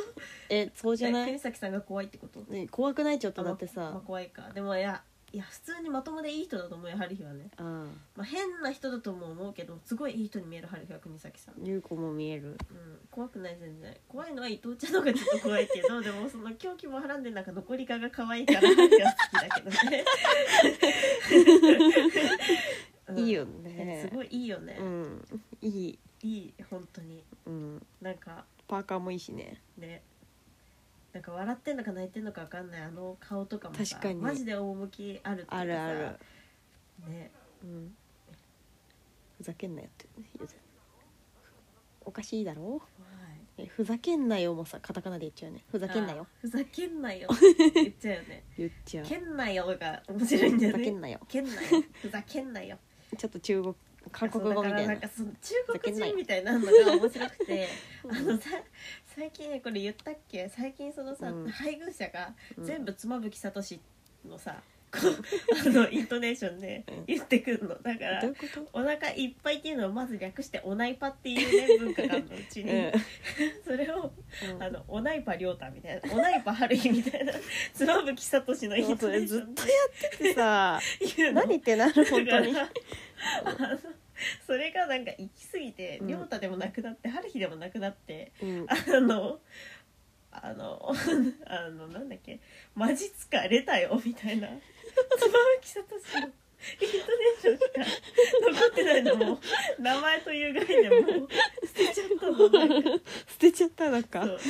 [SPEAKER 1] えそうじゃな
[SPEAKER 2] え
[SPEAKER 1] い
[SPEAKER 2] 国崎さんが怖いってこと
[SPEAKER 1] ね怖くないちょっと
[SPEAKER 2] あ
[SPEAKER 1] だって
[SPEAKER 2] ままあ
[SPEAKER 1] さ
[SPEAKER 2] 怖いかでもいやいや普通にまともでいい人だと思うよ春日はね、
[SPEAKER 1] あ
[SPEAKER 2] まあ、変な人だとも思うけどすごいいい人に見える春日は国崎さん、うん、
[SPEAKER 1] 優子も見える
[SPEAKER 2] 怖くない全然怖いのは伊藤ちゃんの方がちょっと怖いけど <laughs> でもその狂気もはらんでなんか残りかが可愛いから春日は好きだけどね、う
[SPEAKER 1] <laughs>
[SPEAKER 2] ん
[SPEAKER 1] いいよ
[SPEAKER 2] え
[SPEAKER 1] ね
[SPEAKER 2] すごいいいよね、
[SPEAKER 1] うんいい
[SPEAKER 2] いい本当に
[SPEAKER 1] うん
[SPEAKER 2] なんか
[SPEAKER 1] パーカーもいいしね
[SPEAKER 2] ねなんか笑ってんのか泣いてんのかわかんないあの顔とかもさ
[SPEAKER 1] 確かに
[SPEAKER 2] マジで趣あるっていうかさ
[SPEAKER 1] あるある
[SPEAKER 2] ね
[SPEAKER 1] うんふざけんなよって言うておかしいだろ
[SPEAKER 2] 怖い
[SPEAKER 1] えふざけんなよもさカタカナで言っちゃうねふざけんなよ
[SPEAKER 2] あふざけん
[SPEAKER 1] <laughs>
[SPEAKER 2] なよって言っちゃうよね
[SPEAKER 1] 言っちゃう
[SPEAKER 2] けんなよが面白いんだ
[SPEAKER 1] ふ
[SPEAKER 2] よ
[SPEAKER 1] ざけん
[SPEAKER 2] ね
[SPEAKER 1] なよ
[SPEAKER 2] けんなよふざけんなよ
[SPEAKER 1] ちょっと中国 <laughs> 韓国語みたい
[SPEAKER 2] そう
[SPEAKER 1] なん
[SPEAKER 2] だからかその中
[SPEAKER 1] ふざけ
[SPEAKER 2] 国
[SPEAKER 1] んなよ
[SPEAKER 2] 人みたいなのが面白くて
[SPEAKER 1] うん
[SPEAKER 2] あのさ最近ねこれ言ったっけ最近そのさ、
[SPEAKER 1] うん
[SPEAKER 2] 配偶者が
[SPEAKER 1] うん
[SPEAKER 2] 全部妻夫木聡
[SPEAKER 1] <laughs>
[SPEAKER 2] のさ、こうあのイントネーションで
[SPEAKER 1] うん
[SPEAKER 2] 言ってくるのだから
[SPEAKER 1] どういうこと
[SPEAKER 2] お腹いっぱいっていうのをまず略しておないぱっていうね文化があるのうちに、それを
[SPEAKER 1] うん
[SPEAKER 2] あのおないぱりょうたみたいなおないぱはるひみ
[SPEAKER 1] <laughs>
[SPEAKER 2] たいな妻夫木聡のイントネーションで
[SPEAKER 1] でさ
[SPEAKER 2] 言
[SPEAKER 1] <laughs>
[SPEAKER 2] うの
[SPEAKER 1] 何言ってなる本当に
[SPEAKER 2] だからあのそれがなんか行き過ぎて
[SPEAKER 1] うん
[SPEAKER 2] りょうたでもなくなってはるひでもなくなって
[SPEAKER 1] うん
[SPEAKER 2] あのあの <laughs> あのなんだっけマジ疲れたよみたいな妻夫木聡のイントネーションしか残ってないのもう名前という概念もう捨てちゃったのなんか
[SPEAKER 1] 捨てちゃったのか
[SPEAKER 2] そうで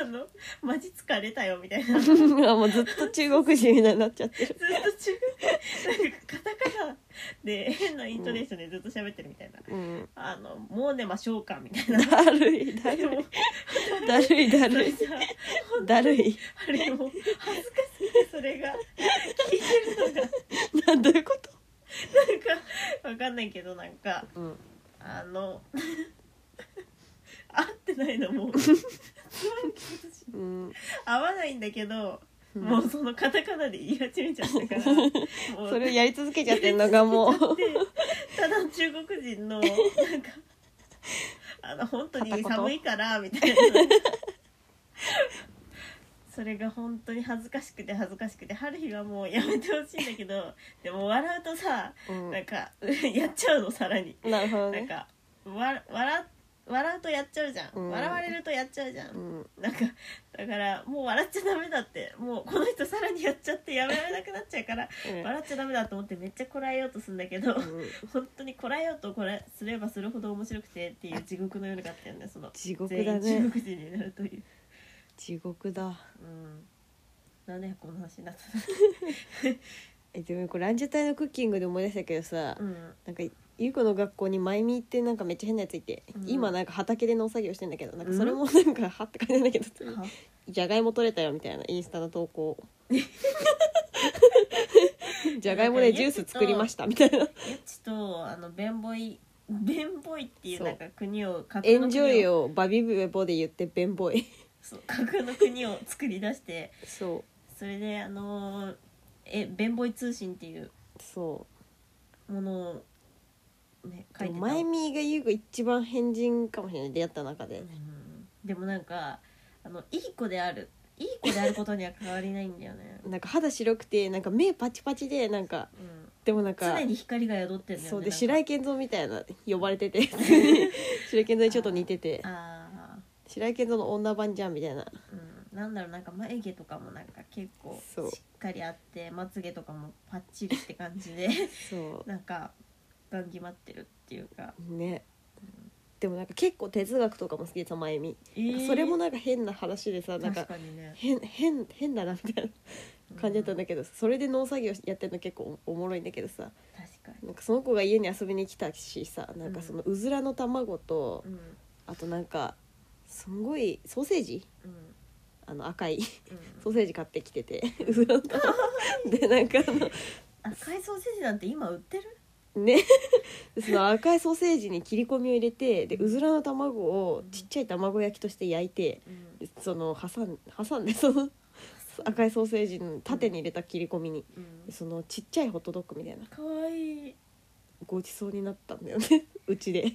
[SPEAKER 2] あのマジ疲れたよみたいな
[SPEAKER 1] あ
[SPEAKER 2] ずっと中
[SPEAKER 1] もうずっと中国人みたいになっちゃってる
[SPEAKER 2] なんかカタカナで変なイントネーションでずっと喋ってるみたいな。
[SPEAKER 1] うん
[SPEAKER 2] あのもう寝ましょうかみたいな
[SPEAKER 1] だるいだ
[SPEAKER 2] で
[SPEAKER 1] る
[SPEAKER 2] も
[SPEAKER 1] いだるいだ
[SPEAKER 2] そ
[SPEAKER 1] る
[SPEAKER 2] れ
[SPEAKER 1] い
[SPEAKER 2] じゃ
[SPEAKER 1] <laughs> だるい
[SPEAKER 2] あれも恥ずかしくてそれが聞いてるのがなん
[SPEAKER 1] なんどういうこと
[SPEAKER 2] かわかんないけどなんか
[SPEAKER 1] うん
[SPEAKER 2] あの合ってないの <laughs> もう
[SPEAKER 1] うん
[SPEAKER 2] 合わないんだけど、
[SPEAKER 1] うん
[SPEAKER 2] もうそのカタカナで言い始めちゃったから <laughs> もう
[SPEAKER 1] それをやり続けちゃってんのがもう
[SPEAKER 2] ただ中国人のなんかあの本当に寒いからみたいなそれが本当に恥ずかしくて恥ずかしくて春日はもうやめてほしいんだけどでも笑うとさ
[SPEAKER 1] うん
[SPEAKER 2] なんかやっちゃうのさらに
[SPEAKER 1] なるほど
[SPEAKER 2] なん
[SPEAKER 1] ね
[SPEAKER 2] かわ笑笑うとやっちゃうじゃん、
[SPEAKER 1] うん
[SPEAKER 2] 笑われるとやっちゃうじゃん、
[SPEAKER 1] うん
[SPEAKER 2] なんかだからもう笑っちゃダメだってもうこの人さらにやっちゃってやめられなくなっちゃうから笑っちゃダメだと思ってめっちゃこらえようとするんだけど、
[SPEAKER 1] うん
[SPEAKER 2] 本当にこらえようとこれすればするほど面白くてっていう地獄の夜があったよねその
[SPEAKER 1] 地獄
[SPEAKER 2] 全
[SPEAKER 1] だ
[SPEAKER 2] 員
[SPEAKER 1] ね
[SPEAKER 2] 中国人になるという、
[SPEAKER 1] 地獄だ
[SPEAKER 2] うん、なんでこの話になった
[SPEAKER 1] えでもこれランジャタイのクッキングで思い出したけどさ
[SPEAKER 2] の、うん、
[SPEAKER 1] なんかゆう子の学校に前見行ってなんかめっちゃ変なやついて、
[SPEAKER 2] うん
[SPEAKER 1] 今なんか畑で農作業してんだけどなんかそれもなんか「は」って感じなんだけど普通に
[SPEAKER 2] は
[SPEAKER 1] じゃがいも取れたよみたいなインスタの投稿 <laughs> じゃがいもでジュース作りましたみたいな
[SPEAKER 2] ゆっちとあのベンボイベンボイっていう
[SPEAKER 1] そう
[SPEAKER 2] なんか国を架
[SPEAKER 1] エ
[SPEAKER 2] 空の
[SPEAKER 1] ンジョイをバビブエボで言ってベンボイ
[SPEAKER 2] そう架空の国を作り出して
[SPEAKER 1] そ
[SPEAKER 2] それであのーえベンボイ通信っていう
[SPEAKER 1] うそ
[SPEAKER 2] ものをね
[SPEAKER 1] う
[SPEAKER 2] 書い
[SPEAKER 1] で
[SPEAKER 2] て
[SPEAKER 1] も
[SPEAKER 2] た
[SPEAKER 1] 前見が優子一番変人かもしれない出会った中で、
[SPEAKER 2] うんでもなんかあのいい子であるいい子であることには変わりないんだよね
[SPEAKER 1] なんか肌白くてなんか目パチパチでなんか
[SPEAKER 2] うん、
[SPEAKER 1] でもなんか
[SPEAKER 2] 常に光が宿ってるんだよね
[SPEAKER 1] そう
[SPEAKER 2] なん
[SPEAKER 1] で
[SPEAKER 2] か
[SPEAKER 1] 白井健三みたいな呼ばれ <laughs> てて白井健三にちょっと似てて
[SPEAKER 2] あ
[SPEAKER 1] 白井健三の女版じゃんみたいな
[SPEAKER 2] ーうん、なんだろうなんか眉毛とかもなんか結構
[SPEAKER 1] そう
[SPEAKER 2] しっかりあってまつげとかもパッチリって感
[SPEAKER 1] <laughs>
[SPEAKER 2] じで
[SPEAKER 1] そ
[SPEAKER 2] なんかがんぎまってるっていうか、
[SPEAKER 1] うねでもなんか結構哲学とかも好きでさ前見それもなんか変な話でさなん
[SPEAKER 2] 確
[SPEAKER 1] か
[SPEAKER 2] かにね
[SPEAKER 1] 変変変だなみたいな感じだったんだけど、それで農作業やってるの結構おおもろいんだけどさ
[SPEAKER 2] 確かに、
[SPEAKER 1] なんかその子が家に遊びに来たしさなんかそのうずらの卵と、
[SPEAKER 2] うん
[SPEAKER 1] あとなんかすごいソーセージ
[SPEAKER 2] うん
[SPEAKER 1] あの赤い <laughs>
[SPEAKER 2] うん、
[SPEAKER 1] ソーセージ買ってき <laughs> ててうずらの卵でなんかあの
[SPEAKER 2] あ海藻生地なんて今売ってる
[SPEAKER 1] ね <laughs> でその赤いソーセージに切り込みを入れてでうずらの卵をちっちゃい卵焼きとして焼いて
[SPEAKER 2] うん
[SPEAKER 1] でその挟ん挟んでその赤いソーセージの縦に入れた切り込みに
[SPEAKER 2] うん
[SPEAKER 1] でそのちっちゃいホットドッグみたいな
[SPEAKER 2] かわいい
[SPEAKER 1] ごちそうになったんだよね <laughs> うちで
[SPEAKER 2] 素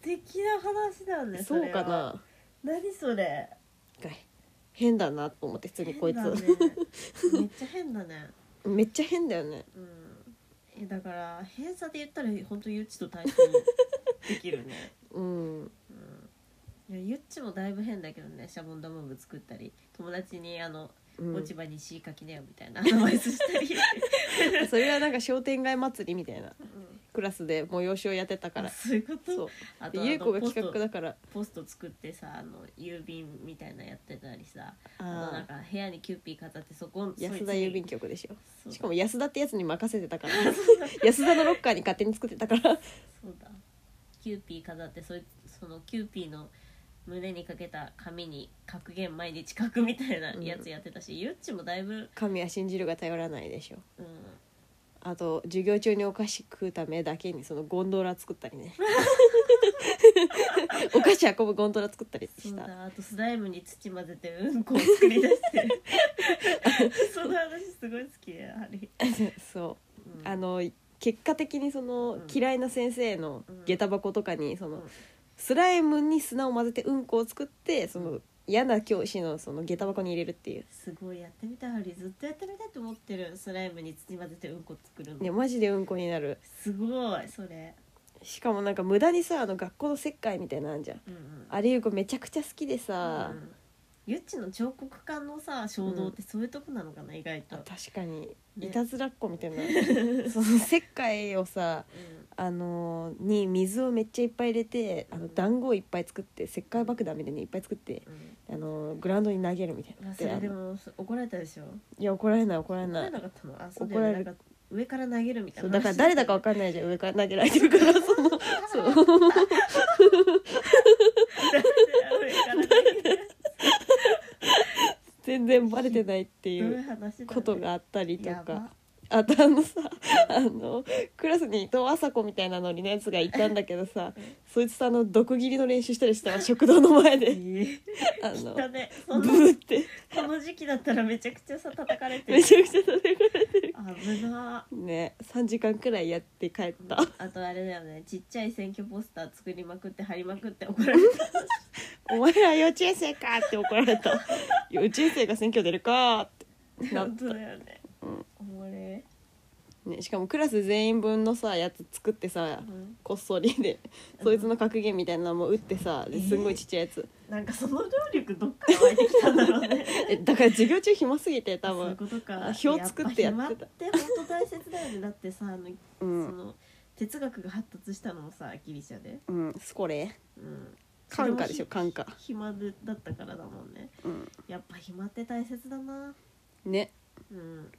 [SPEAKER 2] 敵な話だね
[SPEAKER 1] そう
[SPEAKER 2] れは
[SPEAKER 1] かな
[SPEAKER 2] 何それ
[SPEAKER 1] が変だなと思って普通にこい
[SPEAKER 2] 変だね
[SPEAKER 1] つ
[SPEAKER 2] めっちゃ変だね
[SPEAKER 1] めっちゃ変だよね
[SPEAKER 2] うんえだから偏差で言ったら本当ゆっちと対比できる
[SPEAKER 1] <laughs>
[SPEAKER 2] ね、
[SPEAKER 1] うん
[SPEAKER 2] うん、いやゆっちもだいぶ変だけどねシャボン玉部作ったり友達にあ
[SPEAKER 1] う
[SPEAKER 2] の、
[SPEAKER 1] ん
[SPEAKER 2] 落ち葉に詩書きなよみたいなア <laughs> ドバイスしたり、
[SPEAKER 1] <laughs> それはなんか商店街祭りみたいな
[SPEAKER 2] うん
[SPEAKER 1] クラスで催しをやってたから
[SPEAKER 2] そういうこと
[SPEAKER 1] そう
[SPEAKER 2] あと
[SPEAKER 1] で
[SPEAKER 2] あ
[SPEAKER 1] ゆう子
[SPEAKER 2] の
[SPEAKER 1] が
[SPEAKER 2] ポス
[SPEAKER 1] 企画
[SPEAKER 2] ト
[SPEAKER 1] だから
[SPEAKER 2] ポスト作ってさあの郵便みたいなやってたりさあのなん
[SPEAKER 1] ああ
[SPEAKER 2] か部屋にキューピー飾ってそこ
[SPEAKER 1] 安田郵便局でしょ
[SPEAKER 2] そう
[SPEAKER 1] しかも安田ってやつに任せて
[SPEAKER 2] <laughs>
[SPEAKER 1] たから安田のロッカーに勝手に作ってたから
[SPEAKER 2] そうだキューピー飾ってそいそのキューピーの胸にかけた紙に格言毎日書くみたいなやつやってたし、ゆっちもだいぶ、
[SPEAKER 1] 神は信じるが頼らないでしょ
[SPEAKER 2] うん、
[SPEAKER 1] あと授業中にお菓子食うためだけにそのゴンドラ作ったり
[SPEAKER 2] <laughs>
[SPEAKER 1] ねお菓子運ぶゴンドラ作ったり
[SPEAKER 2] そ
[SPEAKER 1] し
[SPEAKER 2] う
[SPEAKER 1] た
[SPEAKER 2] だあとスライムに土混ぜてうんこを作り出して
[SPEAKER 1] <laughs>
[SPEAKER 2] その話すごい好きだよあれ、
[SPEAKER 1] そう
[SPEAKER 2] うん
[SPEAKER 1] あの結果的にその、
[SPEAKER 2] うん
[SPEAKER 1] 嫌いな先生の
[SPEAKER 2] うん
[SPEAKER 1] 下駄箱とかにその、
[SPEAKER 2] うん
[SPEAKER 1] スライムに砂を混ぜてうんこを作ってその嫌な教師のその下駄箱に入れるっていう。
[SPEAKER 2] すごいやってみたいハリーずっとやってみたいと思ってるスライムに土混ぜてうんこ作るの、
[SPEAKER 1] ね、マジでうんこになる
[SPEAKER 2] すごいそれ、
[SPEAKER 1] しかもなんか無駄にさあの学校の石灰みたいなのあんじゃん
[SPEAKER 2] うんうん、
[SPEAKER 1] あれゆう子めちゃくちゃ好きでさ、
[SPEAKER 2] うんゆっちの彫刻家のさ衝動ってそういうとこなのかな、意外と
[SPEAKER 1] あ、確かに
[SPEAKER 2] ね
[SPEAKER 1] いたずらっ子み
[SPEAKER 2] <laughs>
[SPEAKER 1] たいな、その石灰をさあのーに水をめっちゃいっぱい入れてあの団子をいっぱい作って石灰爆弾みたいにいっぱい作って
[SPEAKER 2] う
[SPEAKER 1] あ
[SPEAKER 2] んうん
[SPEAKER 1] のーグラウンドに投げるみたいな
[SPEAKER 2] あそれで
[SPEAKER 1] あの
[SPEAKER 2] もそ怒られたでしょ
[SPEAKER 1] いや怒られない怒られ
[SPEAKER 2] 怒ら
[SPEAKER 1] な
[SPEAKER 2] れ
[SPEAKER 1] い
[SPEAKER 2] なかったのあそうだ
[SPEAKER 1] 怒
[SPEAKER 2] よ
[SPEAKER 1] ら
[SPEAKER 2] ね
[SPEAKER 1] れる
[SPEAKER 2] なんか上から投げるみたい
[SPEAKER 1] そう
[SPEAKER 2] な
[SPEAKER 1] だから誰だか分かんないじゃん上から投げられてるからそ
[SPEAKER 2] <laughs>
[SPEAKER 1] のそう
[SPEAKER 2] 誰だよ上から投げる
[SPEAKER 1] 全然バレてないってい
[SPEAKER 2] どういう
[SPEAKER 1] う
[SPEAKER 2] 話だね
[SPEAKER 1] ことがあったりと
[SPEAKER 2] やば
[SPEAKER 1] か。あとあのさあのクラスに伊藤麻子みたいなのにのやつがいたんだけどさそいつさあの毒斬りの練習したりしたら食堂の前
[SPEAKER 2] え
[SPEAKER 1] で
[SPEAKER 2] ー
[SPEAKER 1] あの <laughs>
[SPEAKER 2] 汚ねそ
[SPEAKER 1] ブ
[SPEAKER 2] の
[SPEAKER 1] ーって
[SPEAKER 2] この時期だったらめちゃくちゃさ叩かれてる
[SPEAKER 1] めちゃくちゃ食べる
[SPEAKER 2] 危な
[SPEAKER 1] ね3時間くらいやって帰った、
[SPEAKER 2] あとあれだよねちっちゃい選挙ポスター作りまくって貼りまくって怒られた
[SPEAKER 1] お前ら幼稚園生かって怒られ <laughs> た幼稚園生が選挙出るかってなっ
[SPEAKER 2] 本当だよね、おもれ、
[SPEAKER 1] た、ね、しかもクラス全員分のさやつ作ってさ
[SPEAKER 2] うん
[SPEAKER 1] こっそりでそいつの格言みたいなのも打ってさですんごいちっちゃいやつ
[SPEAKER 2] なんかその能力どっから湧いてきたんだろうね
[SPEAKER 1] えだから授業中暇すぎて多
[SPEAKER 2] そういう
[SPEAKER 1] 分
[SPEAKER 2] ことか
[SPEAKER 1] あ表作ってやってた
[SPEAKER 2] ぱ暇って本当大切だ
[SPEAKER 1] <laughs>
[SPEAKER 2] よねだってさあの、
[SPEAKER 1] う
[SPEAKER 2] そ
[SPEAKER 1] ん、
[SPEAKER 2] の哲学が発達したのもさギリシャで、
[SPEAKER 1] うん、スコレ
[SPEAKER 2] うん、
[SPEAKER 1] 感化でしょ
[SPEAKER 2] それ
[SPEAKER 1] 感
[SPEAKER 2] も
[SPEAKER 1] 化
[SPEAKER 2] ひ暇でだったからだもんね
[SPEAKER 1] うん
[SPEAKER 2] やっぱ暇って大切だな
[SPEAKER 1] ね
[SPEAKER 2] うん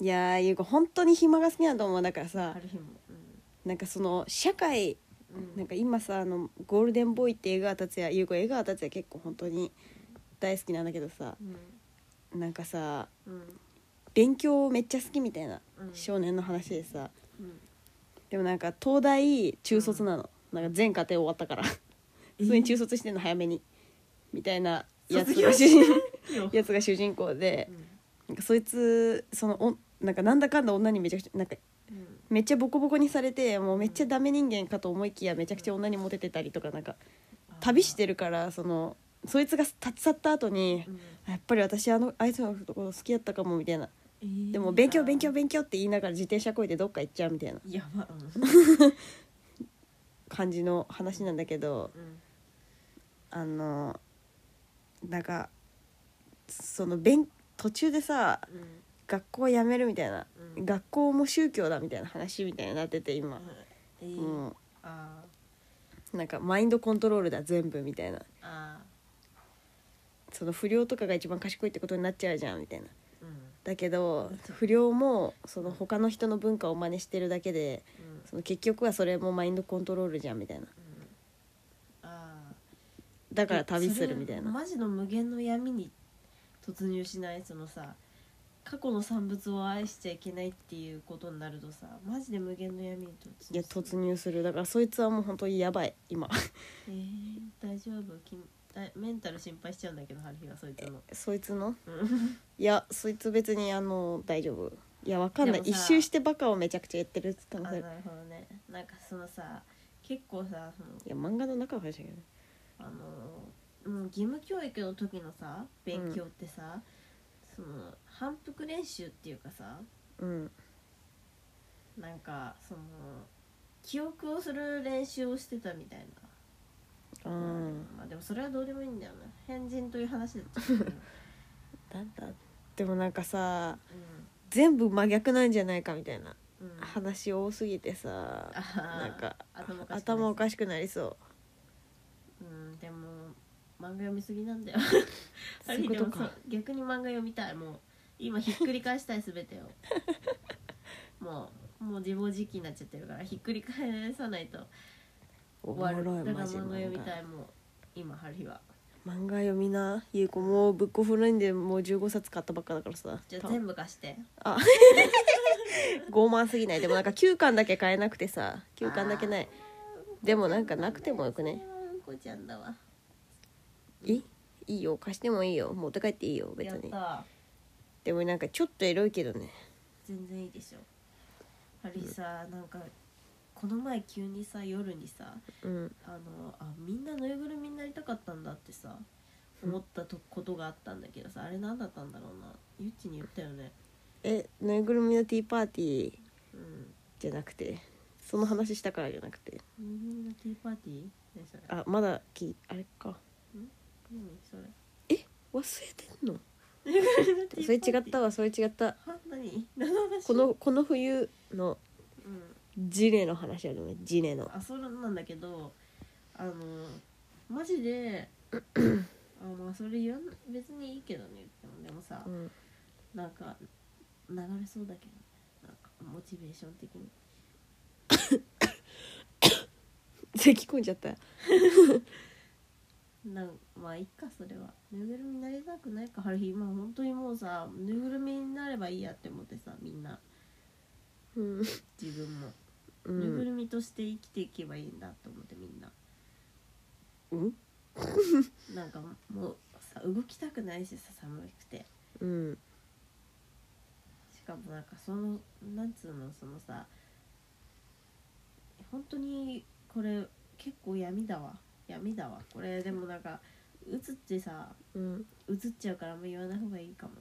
[SPEAKER 1] いやーゆう子本当に暇が好きなんだと思うだから
[SPEAKER 2] あ
[SPEAKER 1] さ
[SPEAKER 2] る日も
[SPEAKER 1] なんかその社会
[SPEAKER 2] うんうん
[SPEAKER 1] なんか今さあの「ゴールデンボーイ」って江川達也優子江川達也結構本当に大好きなんだけどさ
[SPEAKER 2] うん
[SPEAKER 1] なんかさ
[SPEAKER 2] うん
[SPEAKER 1] 勉強めっちゃ好きみたいな
[SPEAKER 2] うん
[SPEAKER 1] 少年の話でさ
[SPEAKER 2] うん
[SPEAKER 1] でもなんか東大中卒なの、なんか全家庭終わったから普通に中卒してんの早めにみたいなやつ
[SPEAKER 2] 卒
[SPEAKER 1] が
[SPEAKER 2] 業
[SPEAKER 1] 主人
[SPEAKER 2] いいよ
[SPEAKER 1] やつが主人公で
[SPEAKER 2] うん
[SPEAKER 1] なんかそいつそのおなんかなんだかんだ女にめちゃくちゃなんか
[SPEAKER 2] うん
[SPEAKER 1] めっちゃボコボコにされてもうめっちゃダメ人間かと思いきやめちゃくちゃ女にモテてたりとかなんか旅してるからそのそいつが立ち去った後に
[SPEAKER 2] うん
[SPEAKER 1] やっぱり私あのあいつのこと好きだったかもみたいな
[SPEAKER 2] えー
[SPEAKER 1] でも勉強勉強勉強って言いながら自転車こいでどっか行っちゃうみたいな
[SPEAKER 2] やば
[SPEAKER 1] 感じの話なんだけど
[SPEAKER 2] うんうん
[SPEAKER 1] あのなんかその勉途中でさ
[SPEAKER 2] うん
[SPEAKER 1] 学校辞めるみたいな、
[SPEAKER 2] うん
[SPEAKER 1] 学校も宗教だみたいな話みたいになってて今、
[SPEAKER 2] えー
[SPEAKER 1] も
[SPEAKER 2] あ
[SPEAKER 1] うなんかマインドコントロールだ全部みたいな
[SPEAKER 2] ーあ
[SPEAKER 1] その不良とかが一番賢いってことになっちゃうじゃんみたいな
[SPEAKER 2] ーうん
[SPEAKER 1] だけど不良もその他の人の文化を真似してるだけで
[SPEAKER 2] うん
[SPEAKER 1] その結局はそれもマインドコントロールじゃんみたいな
[SPEAKER 2] うんあ
[SPEAKER 1] だ
[SPEAKER 2] だ
[SPEAKER 1] から旅するみたいな
[SPEAKER 2] マジの無限の闇に突入しないそのさ過去の産物を愛しちゃいけないっていうことになるとさマジで無限の闇に突入す
[SPEAKER 1] い
[SPEAKER 2] る
[SPEAKER 1] や突入するだからそいつはもう本当にやばい今 <laughs>
[SPEAKER 2] えー大丈夫きだメンタル心配しちゃうんだけど春日はそいつの
[SPEAKER 1] そいつの
[SPEAKER 2] うん
[SPEAKER 1] いやそいつ別にあの大丈夫いやわかんない
[SPEAKER 2] で
[SPEAKER 1] 一
[SPEAKER 2] もさ
[SPEAKER 1] 周してバカをめちゃくちゃやってるって可
[SPEAKER 2] あ
[SPEAKER 1] 能
[SPEAKER 2] な
[SPEAKER 1] 性あ
[SPEAKER 2] る
[SPEAKER 1] る
[SPEAKER 2] ほどねなんかそのさ結構さその
[SPEAKER 1] いや漫画の中は話だけどね
[SPEAKER 2] あのもう義務教育の時のさ勉強ってさ、その反復練習っていうかさ
[SPEAKER 1] うん
[SPEAKER 2] なんかその記憶をする練習をしてたみたい
[SPEAKER 1] あ
[SPEAKER 2] な、
[SPEAKER 1] ー
[SPEAKER 2] まあでもそれはどうでもいいんだよね変人という話だったけど、うん、
[SPEAKER 1] なんだでもなんかさ全部真逆なんじゃないかみたいな
[SPEAKER 2] うん、
[SPEAKER 1] 話多すぎてさ
[SPEAKER 2] あはは
[SPEAKER 1] なんか
[SPEAKER 2] 頭おかしくなりそ
[SPEAKER 1] 頭お
[SPEAKER 2] う
[SPEAKER 1] かしくなりそう
[SPEAKER 2] うんでも漫画読みすぎなんだよ
[SPEAKER 1] <laughs> そういうことか
[SPEAKER 2] あれでもそう逆に漫画読みたいもう今ひっくり返したい全てを <laughs> もうもう自暴自棄になっちゃってるからひっくり返さないと
[SPEAKER 1] おも
[SPEAKER 2] 終わる
[SPEAKER 1] ろい
[SPEAKER 2] だ
[SPEAKER 1] マ
[SPEAKER 2] から漫
[SPEAKER 1] ジ
[SPEAKER 2] 画読
[SPEAKER 1] 漫
[SPEAKER 2] み
[SPEAKER 1] 画
[SPEAKER 2] たいもう今春日は
[SPEAKER 1] 漫画読みなゆう子もうぶっこ古いんでもう15冊買ったばっかだからさ
[SPEAKER 2] じゃ
[SPEAKER 1] 多
[SPEAKER 2] あ
[SPEAKER 1] 分
[SPEAKER 2] 全部貸して
[SPEAKER 1] あ傲慢すぎないでもなんか9巻だけ買えなくてさ9巻だけないでもなんかなくてもよくね
[SPEAKER 2] うんこちゃんだわ
[SPEAKER 1] いいいいよ貸してもいいよ持って帰っていいよ別
[SPEAKER 2] やっ
[SPEAKER 1] に
[SPEAKER 2] た
[SPEAKER 1] でもなんかちょっとエロいけどね
[SPEAKER 2] 全然いいでしょ春日さなんかこの前急にさ夜にさ
[SPEAKER 1] うん
[SPEAKER 2] あのあみんなぬいぐるみになりたかったんだってさ
[SPEAKER 1] うん
[SPEAKER 2] 思ったとことがあったんだけどさあれ何だったんだろうなゆっちに言ったよね
[SPEAKER 1] えぬいぐるみのティーパーティー
[SPEAKER 2] うん
[SPEAKER 1] じゃなくてその話したからじゃなくて
[SPEAKER 2] ぬいぐるみのティーパーティー何それ
[SPEAKER 1] あまだきあれか
[SPEAKER 2] 何それ
[SPEAKER 1] 忘れてんのそ
[SPEAKER 2] そ
[SPEAKER 1] れ
[SPEAKER 2] <laughs>
[SPEAKER 1] 違った
[SPEAKER 2] わ
[SPEAKER 1] わそれ違った
[SPEAKER 2] は何何の話
[SPEAKER 1] このこの冬の
[SPEAKER 2] うん
[SPEAKER 1] ジネの話あるねジネの
[SPEAKER 2] あそれなんだけどあのマジであまあそれ言わん別にいいけどね言ってもでもさ
[SPEAKER 1] うん
[SPEAKER 2] なんか流れそうだけどねなんかモチベーション的に
[SPEAKER 1] 咳込んじゃった
[SPEAKER 2] なんまあいっかそれはぬいぐるみになりたくないか春日今本当にもうさぬいぐるみになればいいやって思ってさみんな
[SPEAKER 1] うん
[SPEAKER 2] 自分も、
[SPEAKER 1] う
[SPEAKER 2] ぬいぐ
[SPEAKER 1] ん
[SPEAKER 2] るみとして生きていけばいいんだと思ってみんな
[SPEAKER 1] うん
[SPEAKER 2] なんかもうさ動きたくないしさ寒くて
[SPEAKER 1] うん
[SPEAKER 2] しかもなんかそのなんつうのそのさ本当にこれ結構闇だわ闇だわこれでもなんか映ってさ
[SPEAKER 1] うん
[SPEAKER 2] 映っちゃうからもう言わない方がいいかもね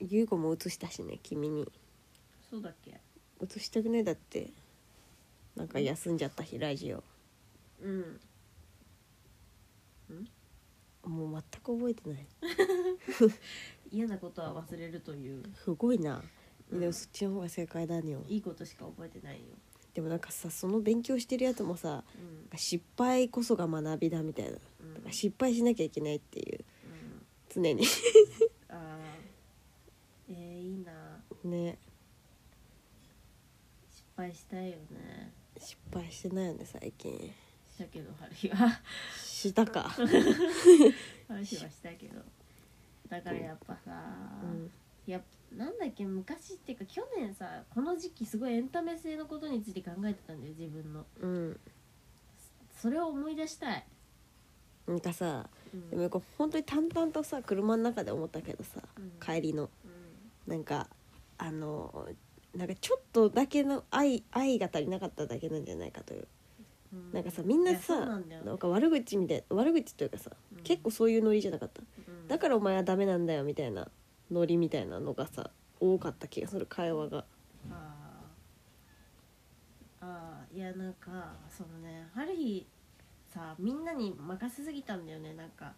[SPEAKER 1] 優子も映したしね君に
[SPEAKER 2] そうだっけ
[SPEAKER 1] 映したくねえだってなんか休んじゃった日ラジオ
[SPEAKER 2] うん
[SPEAKER 1] もう全く覚えてない
[SPEAKER 2] 嫌なことは忘れるという
[SPEAKER 1] すごいな、
[SPEAKER 2] うん
[SPEAKER 1] でもそっちの方が正解だねよ
[SPEAKER 2] いいことしか覚えてないよ、
[SPEAKER 1] でもなんかさその勉強してるやつもさ
[SPEAKER 2] うん
[SPEAKER 1] 失敗こそが学びだみたいな
[SPEAKER 2] うん
[SPEAKER 1] だから失敗しなきゃいけないっていう
[SPEAKER 2] うん
[SPEAKER 1] 常に
[SPEAKER 2] あーえー、いいな
[SPEAKER 1] ね
[SPEAKER 2] 失敗したいよね
[SPEAKER 1] 失敗してないよね最近
[SPEAKER 2] したけど春日は
[SPEAKER 1] したか、
[SPEAKER 2] 春日はしたけどだからやっぱさ、
[SPEAKER 1] うん、
[SPEAKER 2] いやなんだっけ昔っていうか去年さこの時期すごいエンタメ性のことについて考えてたんだよ自分の
[SPEAKER 1] うん、
[SPEAKER 2] それを思い出したい、
[SPEAKER 1] なんかさ
[SPEAKER 2] う
[SPEAKER 1] で
[SPEAKER 2] ん
[SPEAKER 1] もよく本当に淡々とさ車の中で思ったけどさ、
[SPEAKER 2] うん
[SPEAKER 1] 帰りの
[SPEAKER 2] うん
[SPEAKER 1] なんかあのなんかちょっとだけの愛愛が足りなかっただけなんじゃないかという、
[SPEAKER 2] う
[SPEAKER 1] なんかさみん
[SPEAKER 2] い
[SPEAKER 1] な
[SPEAKER 2] やそうな
[SPEAKER 1] さ
[SPEAKER 2] んだよ
[SPEAKER 1] なんか悪口みたい悪口というかさ、
[SPEAKER 2] うん
[SPEAKER 1] 結構そういうノリじゃなかった
[SPEAKER 2] うん
[SPEAKER 1] だからお前はダメなんだよみたいなノリみたいなのがさ多かった気がする会話が
[SPEAKER 2] あーあーいやなんかそのねある日さみんなに任せすぎたんだよねなんか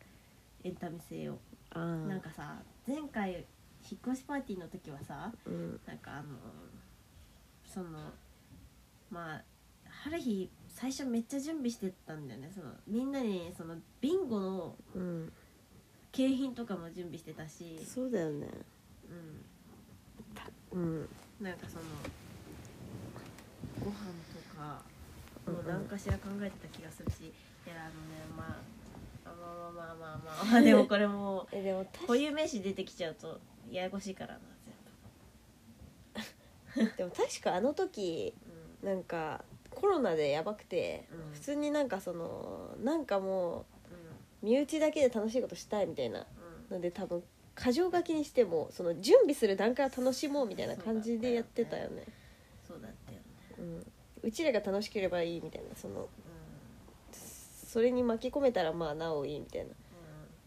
[SPEAKER 2] エンタメ性を、
[SPEAKER 1] あー
[SPEAKER 2] なんかさ前回引っ越しパーティーの時はさ
[SPEAKER 1] うん
[SPEAKER 2] なんかあのそのまあある日最初めっちゃ準備してたんだよねそのみんなにそのビンゴの
[SPEAKER 1] うん
[SPEAKER 2] 景品とかも準備してたし、
[SPEAKER 1] そうだよね
[SPEAKER 2] うん、
[SPEAKER 1] うん
[SPEAKER 2] なんかそのご飯とかもう何かしら考えてた気がするし、いやあのねまあまあまあまあまあまあまあでもこれも
[SPEAKER 1] えでも確
[SPEAKER 2] う固有名詞出てきちゃうとややこしいからな全
[SPEAKER 1] でも確かあの時
[SPEAKER 2] 部
[SPEAKER 1] なんかコロナでやばくて、
[SPEAKER 2] うん
[SPEAKER 1] 普通になんかそのなんかも
[SPEAKER 2] うん
[SPEAKER 1] う身内だけで楽しいことしたいみたいな
[SPEAKER 2] うん
[SPEAKER 1] ので多分過剰書きにしてもその準備する段階を楽しもうみたいな感じでやってたよね
[SPEAKER 2] そうだったよね
[SPEAKER 1] う,、ん、うちらが楽しければいいみたいなその
[SPEAKER 2] う
[SPEAKER 1] それに巻き込めたらまあなおいいみたいなん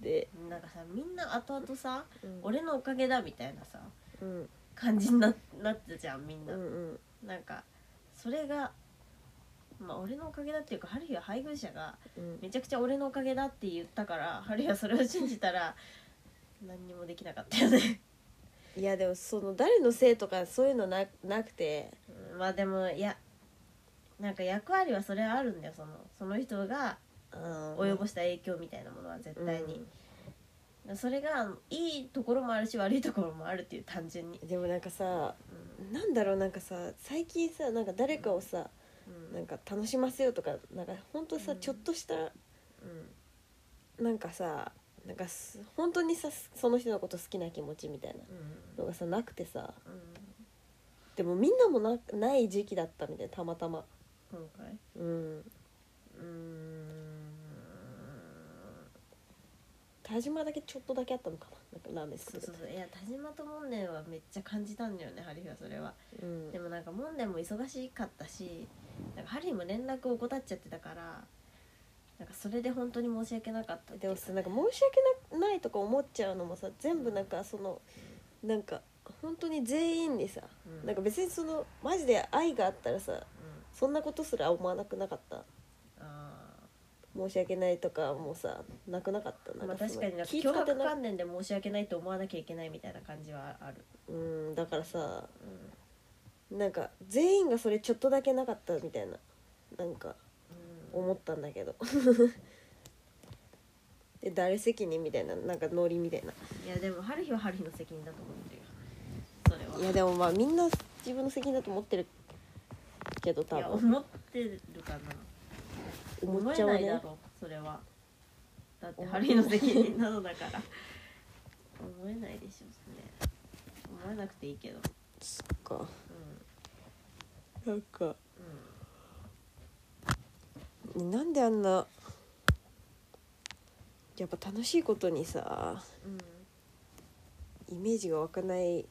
[SPEAKER 1] で、
[SPEAKER 2] うんなんかさみんな後々さ
[SPEAKER 1] うん、
[SPEAKER 2] 俺のおかげだみたいなさ
[SPEAKER 1] うん
[SPEAKER 2] 感じにななってたじゃんみん
[SPEAKER 1] う
[SPEAKER 2] な、
[SPEAKER 1] んうん
[SPEAKER 2] なんかそれがまあ俺のおかげだっていうか春日は配偶者が
[SPEAKER 1] うん
[SPEAKER 2] めちゃくちゃ俺のおかげだって言ったから春日はそれを信じたら何にもできなかったよね
[SPEAKER 1] いやでもその誰のせいとかそういうのななくて
[SPEAKER 2] うんまあでもいやなんか役割はそれはあるんだよそのその人が及
[SPEAKER 1] 及
[SPEAKER 2] ぼ
[SPEAKER 1] し
[SPEAKER 2] した影響みたいなものは絶対に、それがいいところもあるし悪いところもあるっていう単純に、
[SPEAKER 1] でもなんかさ
[SPEAKER 2] う
[SPEAKER 1] なんだろうなんかさ最近さなんか誰かをさ
[SPEAKER 2] んうん
[SPEAKER 1] なんか楽しませようとかなんかほんとさ、
[SPEAKER 2] うん
[SPEAKER 1] ちょっとした
[SPEAKER 2] うん
[SPEAKER 1] なんかさなんかす本当にさその人のこと好きな気持ちみたいなのがさなくてさ
[SPEAKER 2] うんうん
[SPEAKER 1] でもみんなもなない時期だったみたいなたまたま
[SPEAKER 2] 今回
[SPEAKER 1] うん
[SPEAKER 2] うーん
[SPEAKER 1] 田島だけちょっとだけあったのかななんかラーメン作
[SPEAKER 2] そう
[SPEAKER 1] って
[SPEAKER 2] そう
[SPEAKER 1] た
[SPEAKER 2] そういや田島と門年はめっちゃ感じたんだよねハリーはそれは
[SPEAKER 1] うん
[SPEAKER 2] でもなんか門年も忙しかったしなんかハリーも連絡を怠っちゃってたからなんかそれで本当に申し訳なかったっ
[SPEAKER 1] で
[SPEAKER 2] ていう
[SPEAKER 1] も
[SPEAKER 2] か
[SPEAKER 1] さなんか申し訳なないとか思っちゃうのもさ全部なんかそのなんか本当に全員にさ
[SPEAKER 2] うん
[SPEAKER 1] なんか別にそのマジで愛があったらさ
[SPEAKER 2] うん
[SPEAKER 1] そんなことすら思わなくなかった
[SPEAKER 2] あ
[SPEAKER 1] 申し訳ないとかもさなくなかった
[SPEAKER 2] ー
[SPEAKER 1] な
[SPEAKER 2] まあ
[SPEAKER 1] んか
[SPEAKER 2] 確
[SPEAKER 1] そ
[SPEAKER 2] か
[SPEAKER 1] の
[SPEAKER 2] になんか
[SPEAKER 1] 気
[SPEAKER 2] 脅
[SPEAKER 1] 使って
[SPEAKER 2] 迫
[SPEAKER 1] な
[SPEAKER 2] 観念で申し訳ないと思わなきゃいけないみたいな感じはある、
[SPEAKER 1] うんだからさ
[SPEAKER 2] うん
[SPEAKER 1] なんか全員がそれちょっとだけなかったみたいななんか
[SPEAKER 2] うん
[SPEAKER 1] 思ったんだけ
[SPEAKER 2] <laughs>
[SPEAKER 1] どで誰責任みたいななんかノリみたいない
[SPEAKER 2] やでもハリーはハリーの責任だと思ってるよそれはい
[SPEAKER 1] やでもまあみんな自分の責任だと思ってるけど多
[SPEAKER 2] いや
[SPEAKER 1] 分
[SPEAKER 2] 思ってるかな
[SPEAKER 1] 思っちゃう
[SPEAKER 2] えないだ
[SPEAKER 1] ね
[SPEAKER 2] ろそれはだってハリーの責任なのだから <laughs> 思えないでしょうね思わなくていいけど
[SPEAKER 1] そっか
[SPEAKER 2] う
[SPEAKER 1] なんか
[SPEAKER 2] んう
[SPEAKER 1] なんであんなやっぱ楽しいことにさ
[SPEAKER 2] んうん
[SPEAKER 1] イメージが湧かない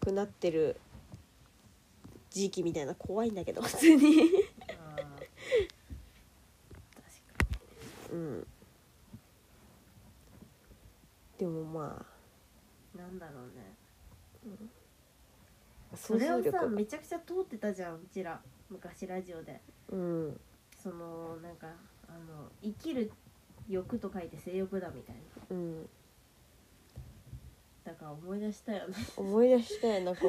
[SPEAKER 1] くなってる時期みたいな怖いんだけ
[SPEAKER 2] <laughs>
[SPEAKER 1] ど普通に
[SPEAKER 2] あー確か
[SPEAKER 1] うんでもま
[SPEAKER 2] になんだろうね
[SPEAKER 1] あ
[SPEAKER 2] そ
[SPEAKER 1] 想
[SPEAKER 2] れ
[SPEAKER 1] 像
[SPEAKER 2] を
[SPEAKER 1] 力
[SPEAKER 2] さ
[SPEAKER 1] が
[SPEAKER 2] めちゃくちゃ通ってたじゃんうちら昔ラジオで
[SPEAKER 1] うん
[SPEAKER 2] そのなんかあの生きる欲と書いて性欲だみたいな
[SPEAKER 1] うん
[SPEAKER 2] だから思い出したよね
[SPEAKER 1] 思い出したよなんか、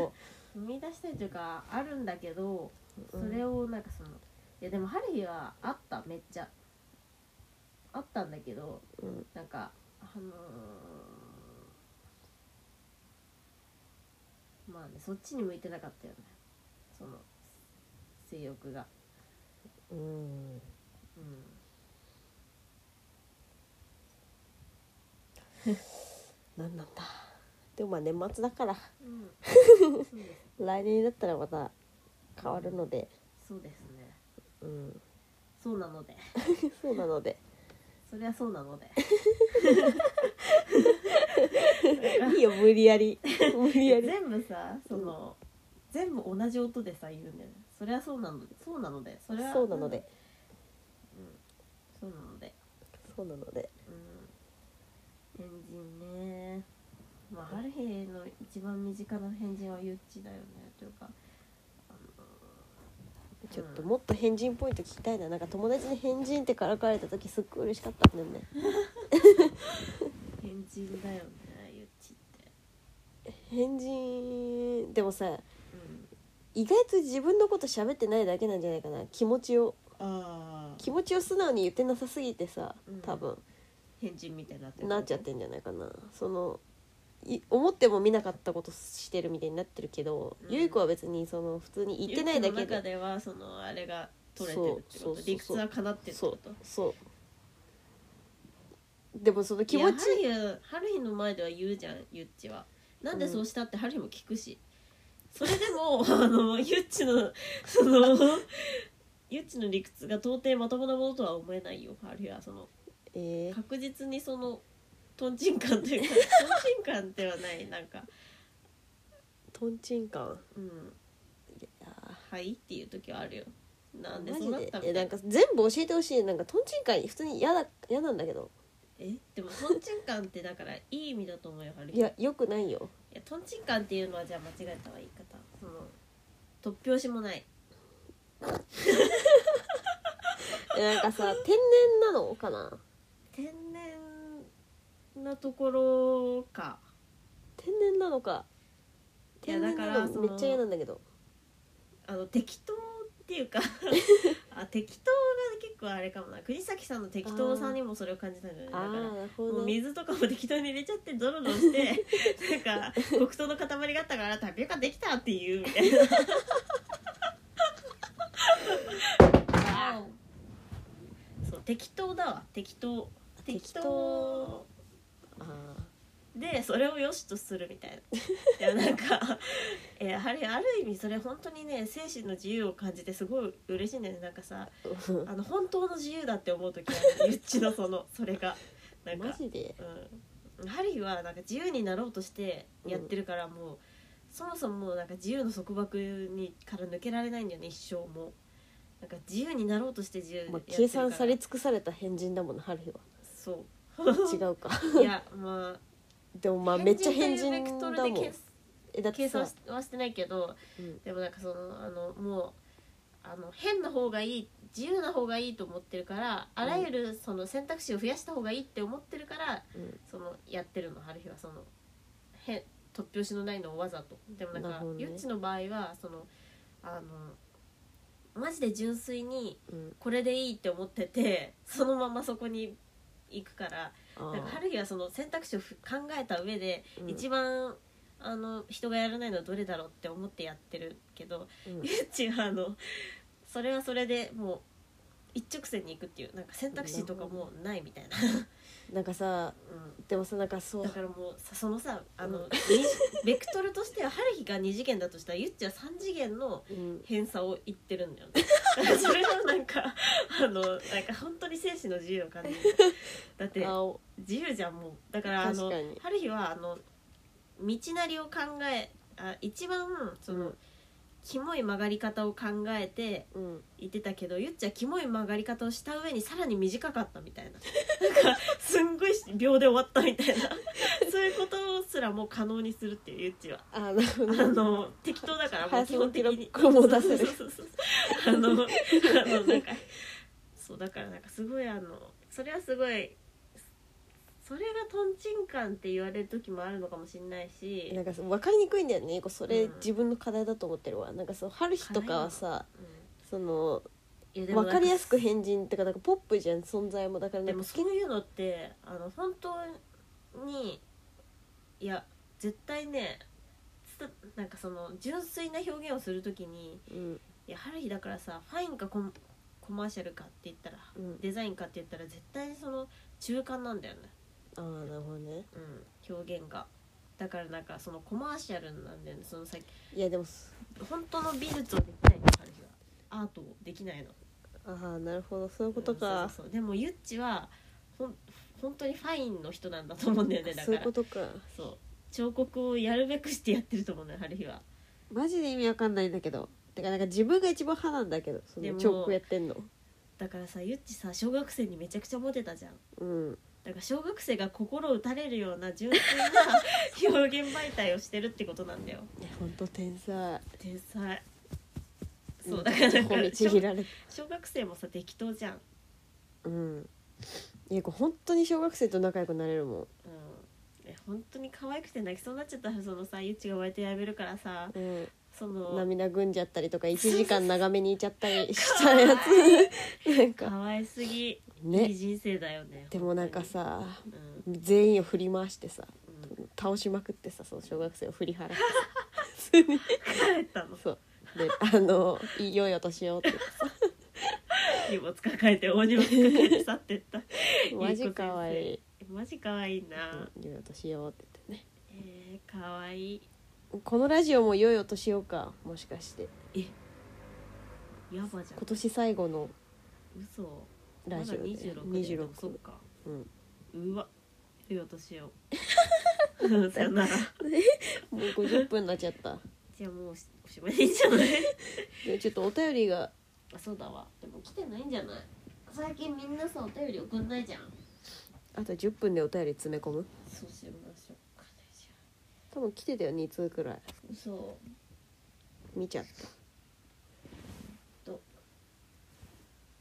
[SPEAKER 2] 思い出したいというかあるんだけど
[SPEAKER 1] う
[SPEAKER 2] そ
[SPEAKER 1] ん
[SPEAKER 2] れをなんかそのいやでもハリーはあっためっちゃあったんだけど
[SPEAKER 1] うん
[SPEAKER 2] なんかあのーまあねそっちに向いてなかったよねその性欲が
[SPEAKER 1] うん、
[SPEAKER 2] うん
[SPEAKER 1] なんなんだでもまあ年末だから
[SPEAKER 2] <laughs> うん、そうです
[SPEAKER 1] 来年だったらまた変わるので
[SPEAKER 2] そうですね
[SPEAKER 1] うん
[SPEAKER 2] そうなので
[SPEAKER 1] そうなので
[SPEAKER 2] それはそうなので
[SPEAKER 1] いいよ無理やり無理やり
[SPEAKER 2] 全部さその、全部同じ音でさ言うんだよねそれはそうなのそうなのでそれは
[SPEAKER 1] そうなので、
[SPEAKER 2] そうなので
[SPEAKER 1] そうなので
[SPEAKER 2] うん変人ねまあある日の一番身近な変人はユッチだよねというか
[SPEAKER 1] ちょっともっと変人ポイント聞きたいななんか友達に変人ってからかわれた時すっごい嬉しかったんだよね
[SPEAKER 2] 変人だよねユッチって
[SPEAKER 1] 変人でもさ
[SPEAKER 2] うん
[SPEAKER 1] 意外と自分のこと喋ってないだけなんじゃないかな気持ちを
[SPEAKER 2] あ
[SPEAKER 1] 気持ちを素直に言ってなさすぎてさ
[SPEAKER 2] うん
[SPEAKER 1] 多分、
[SPEAKER 2] 変人みたいになって
[SPEAKER 1] なっちゃってんじゃないかなそのい思っても見なかったことしてるみたいになってるけど、
[SPEAKER 2] うん
[SPEAKER 1] ゆい子は別にその普通に言ってないだ
[SPEAKER 2] ユ
[SPEAKER 1] け
[SPEAKER 2] ッチの中
[SPEAKER 1] で
[SPEAKER 2] ではそのあれが取れてるって
[SPEAKER 1] そうそうそ
[SPEAKER 2] こと
[SPEAKER 1] う
[SPEAKER 2] 理屈はかなってるってこと
[SPEAKER 1] そうでもその気持ち
[SPEAKER 2] いやハリーハリーの前では言うじゃんユッチはなんでそうしたって春日も聞
[SPEAKER 1] <laughs>
[SPEAKER 2] くしそれでもあのゆっちのそのゆっちの理屈が到底まともなものとは思えないよ春日はその
[SPEAKER 1] えー、
[SPEAKER 2] 確実にそのとんちん感
[SPEAKER 1] <laughs>
[SPEAKER 2] というかとんちん感ではないなんか
[SPEAKER 1] とんちんかん
[SPEAKER 2] うん
[SPEAKER 1] いや
[SPEAKER 2] はいっていう時はあるよな
[SPEAKER 1] ー
[SPEAKER 2] んで
[SPEAKER 1] マ
[SPEAKER 2] そう
[SPEAKER 1] ジ
[SPEAKER 2] なっ
[SPEAKER 1] で
[SPEAKER 2] た
[SPEAKER 1] え
[SPEAKER 2] みた
[SPEAKER 1] ないん
[SPEAKER 2] な
[SPEAKER 1] か全部教えてほしいなんかとんちんかん普通に嫌だ嫌なんだけど
[SPEAKER 2] えでもとんちん感ってだからいい意味だと思うよ春日
[SPEAKER 1] いやよくないよ
[SPEAKER 2] いやとんちんかんっていうのはじゃあ間違えたわ言い方その突拍子もない
[SPEAKER 1] えなんかさ天然なのかな
[SPEAKER 2] 天然なところか
[SPEAKER 1] 天然なのか
[SPEAKER 2] いや
[SPEAKER 1] 天然
[SPEAKER 2] だ
[SPEAKER 1] な
[SPEAKER 2] からそ
[SPEAKER 1] の
[SPEAKER 2] の
[SPEAKER 1] めっちゃ嫌なんだけど
[SPEAKER 2] あの適当っていう
[SPEAKER 1] <laughs>
[SPEAKER 2] かあ適当が結構あれかもな国崎さんの適当さにもそれを感じたんじゃないだ
[SPEAKER 1] ああ
[SPEAKER 2] から
[SPEAKER 1] ーなるほ
[SPEAKER 2] も
[SPEAKER 1] ど
[SPEAKER 2] う
[SPEAKER 1] ね
[SPEAKER 2] 水とかも適当に入れちゃってドロドロして
[SPEAKER 1] <laughs>
[SPEAKER 2] なんか黒糖の塊があったからタピオカできたっていうみ
[SPEAKER 1] <laughs>
[SPEAKER 2] たいなそう適当だわ適当
[SPEAKER 1] 適
[SPEAKER 2] 適
[SPEAKER 1] 当
[SPEAKER 2] 当
[SPEAKER 1] あ
[SPEAKER 2] でそれを良しとするみたい
[SPEAKER 1] <laughs>
[SPEAKER 2] ないやなんかえやはりある意味それ本当にね精神の自由を感じてすごい嬉しいんだよねなんかさ
[SPEAKER 1] ーうん
[SPEAKER 2] あの本当の自由だって思う時あ
[SPEAKER 1] <laughs>
[SPEAKER 2] るゆっちのそのそれがなんか
[SPEAKER 1] マジで
[SPEAKER 2] うん、ハリーはなんか自由になろうとしてやってるからもう、そもそももうなんか自由の束縛にから抜けられないんだよね一生もなんか自由になろうとして自由やって
[SPEAKER 1] まあ
[SPEAKER 2] る、から
[SPEAKER 1] 計算され尽くされた変人だもんな春日は
[SPEAKER 2] そ
[SPEAKER 1] 違う
[SPEAKER 2] <laughs>
[SPEAKER 1] か
[SPEAKER 2] ういやま
[SPEAKER 1] でもま
[SPEAKER 2] あ
[SPEAKER 1] あめっちゃ変人
[SPEAKER 2] というベクト
[SPEAKER 1] だ
[SPEAKER 2] ル
[SPEAKER 1] も
[SPEAKER 2] で
[SPEAKER 1] ん
[SPEAKER 2] 計
[SPEAKER 1] えだって
[SPEAKER 2] 計算
[SPEAKER 1] さ
[SPEAKER 2] しはしてないけど
[SPEAKER 1] うん
[SPEAKER 2] でもなんかそのあのもうあの変な方がいい自由な方がいいと思ってるからあらゆるその選択肢を増やした方がいいって思ってるから、
[SPEAKER 1] うん
[SPEAKER 2] そのやってるの春日はその変突拍子のないのをわざとでもなんか
[SPEAKER 1] なるほどね
[SPEAKER 2] ゆっちの場合はそのあのマジで純粋に
[SPEAKER 1] うん
[SPEAKER 2] これでいいって思っててそのままそこに行くから
[SPEAKER 1] あ
[SPEAKER 2] なんか
[SPEAKER 1] ー
[SPEAKER 2] 春日はその選択肢をふ考えた上で、
[SPEAKER 1] うん
[SPEAKER 2] 一番あの人がやらないのはどれだろうって思ってやってるけど、 <laughs>
[SPEAKER 1] うん
[SPEAKER 2] ゆっちはあのそれはそれでもう一直線に行くっていうなんか選択肢とかもうないみたいな。
[SPEAKER 1] なんかさ
[SPEAKER 2] うん
[SPEAKER 1] でもさなんかそう
[SPEAKER 2] だからもうさそのさあの、
[SPEAKER 1] うん
[SPEAKER 2] にベクトルとしては春日が2次元だとしたらゆっちは3次元の
[SPEAKER 1] うん
[SPEAKER 2] 偏差を言ってるん
[SPEAKER 1] <laughs>
[SPEAKER 2] だよねそれはなんかあのなんか本当に精神の自由を感じるだって
[SPEAKER 1] あお
[SPEAKER 2] 自由じゃんもうだからあ
[SPEAKER 1] 確
[SPEAKER 2] の
[SPEAKER 1] かに
[SPEAKER 2] 春日はあの道なりを考えあ一番そ
[SPEAKER 1] う
[SPEAKER 2] の、
[SPEAKER 1] ん
[SPEAKER 2] キモい曲がり方を考えて
[SPEAKER 1] うん
[SPEAKER 2] 言ってたけどゆっちはキモい曲がり方をした上にさらに短かったみたいななんかすんごい秒で終わったみたいなそういうことすらもう可能にするっていうゆっちは
[SPEAKER 1] あーなるほ
[SPEAKER 2] あ
[SPEAKER 1] どね
[SPEAKER 2] の適当だからもう
[SPEAKER 1] 早さ
[SPEAKER 2] 基
[SPEAKER 1] の
[SPEAKER 2] 本
[SPEAKER 1] 記
[SPEAKER 2] 的に
[SPEAKER 1] 録も出せる
[SPEAKER 2] そうそうそうそうあのあのなんかそうだからなんかすごいあのそれはすごいそれがとんちんかんって言われる時もあるのかもしれないし
[SPEAKER 1] なんかそう分かりにくいんだよねこうそれ、
[SPEAKER 2] うん
[SPEAKER 1] 自分の課題だと思ってるわなんかそう春日とかはさ
[SPEAKER 2] う
[SPEAKER 1] その
[SPEAKER 2] んいやでも
[SPEAKER 1] 分
[SPEAKER 2] なん
[SPEAKER 1] かりやすく変人ってかなんかポップじゃん存在もだからな
[SPEAKER 2] で
[SPEAKER 1] ん
[SPEAKER 2] も
[SPEAKER 1] か
[SPEAKER 2] そういうのってあの本当にいや絶対ねつたなんかその純粋な表現をするときに
[SPEAKER 1] うん
[SPEAKER 2] いや春日だからさファインかコンコマーシャルかって言ったら
[SPEAKER 1] うん
[SPEAKER 2] デザインかって言ったら絶対にその中間なんだよね、
[SPEAKER 1] ああなるほどね
[SPEAKER 2] うん、表現がだからなんかそのコマーシャルなんだよねそのさ
[SPEAKER 1] いやでもそ
[SPEAKER 2] 本当の美術をできないの春日はアートをできないの
[SPEAKER 1] ああなるほどそういうことか、
[SPEAKER 2] そうそうそうでもゆっちはほん本当にファインの人なんだと思うんだよねだか
[SPEAKER 1] そうい
[SPEAKER 2] ら
[SPEAKER 1] うことか
[SPEAKER 2] そう彫刻をやるべくしてやってると思うのよ春日は
[SPEAKER 1] マジで意味わかんないんだけどてかなんか自分が一番派なんだけどそ
[SPEAKER 2] で
[SPEAKER 1] の
[SPEAKER 2] も
[SPEAKER 1] 彫刻やってんの
[SPEAKER 2] だからさゆっちさ小学生にめちゃくちゃモテたじゃん
[SPEAKER 1] うん
[SPEAKER 2] だから小学生が心打たれるような純粋な表現媒体をしてるってことなんだよ
[SPEAKER 1] いやほんと天才
[SPEAKER 2] 天才そううんだからなんか
[SPEAKER 1] 頬にち
[SPEAKER 2] 小
[SPEAKER 1] ぎられて
[SPEAKER 2] 小学生もさ適当じゃん、うん、
[SPEAKER 1] うんいやこう本当に小学生と仲良くなれるも
[SPEAKER 2] え本当に可愛くて泣きそうになっちゃったそのさゆっちが湧いてやめるからさ
[SPEAKER 1] ん、うん、
[SPEAKER 2] その
[SPEAKER 1] 涙ぐんじゃったりとか1時間長めにいちゃったりしたやつなんか
[SPEAKER 2] 可愛すぎ、いい
[SPEAKER 1] ね
[SPEAKER 2] 人生だよね
[SPEAKER 1] でもなんかさ
[SPEAKER 2] 本当にうん
[SPEAKER 1] 全員を振り回してさ
[SPEAKER 2] うん
[SPEAKER 1] 倒しまくってさその小学生を振り払って
[SPEAKER 2] <laughs> 帰ったの
[SPEAKER 1] さそうであの「いよいよ年を」って
[SPEAKER 2] <laughs> 荷物抱えて大荷物抱えて去ってった
[SPEAKER 1] マジかわいい
[SPEAKER 2] マジ可愛いな、
[SPEAKER 1] うんいよいよ年を」って言ってね
[SPEAKER 2] えー、かわいい
[SPEAKER 1] このラジオも良いお年をかもしかして
[SPEAKER 2] やばじゃん
[SPEAKER 1] 今年最後の
[SPEAKER 2] 嘘ま
[SPEAKER 1] ラ
[SPEAKER 2] だ
[SPEAKER 1] ジオで
[SPEAKER 2] 26年
[SPEAKER 1] 26
[SPEAKER 2] そっか
[SPEAKER 1] うん
[SPEAKER 2] うわ良いお年 <laughs> をさよなら
[SPEAKER 1] もう50分になっちゃった
[SPEAKER 2] じゃあもうおしおしまいでいいんじゃない
[SPEAKER 1] でちょっとお便りが
[SPEAKER 2] <laughs> あそうだわでも来てないんじゃない最近みんなさお便り送んないじゃん
[SPEAKER 1] あと10分でお便り詰め込む
[SPEAKER 2] そうしましょうかねじゃあ
[SPEAKER 1] 多分来てたよ2通くらい
[SPEAKER 2] 嘘
[SPEAKER 1] 見ちゃった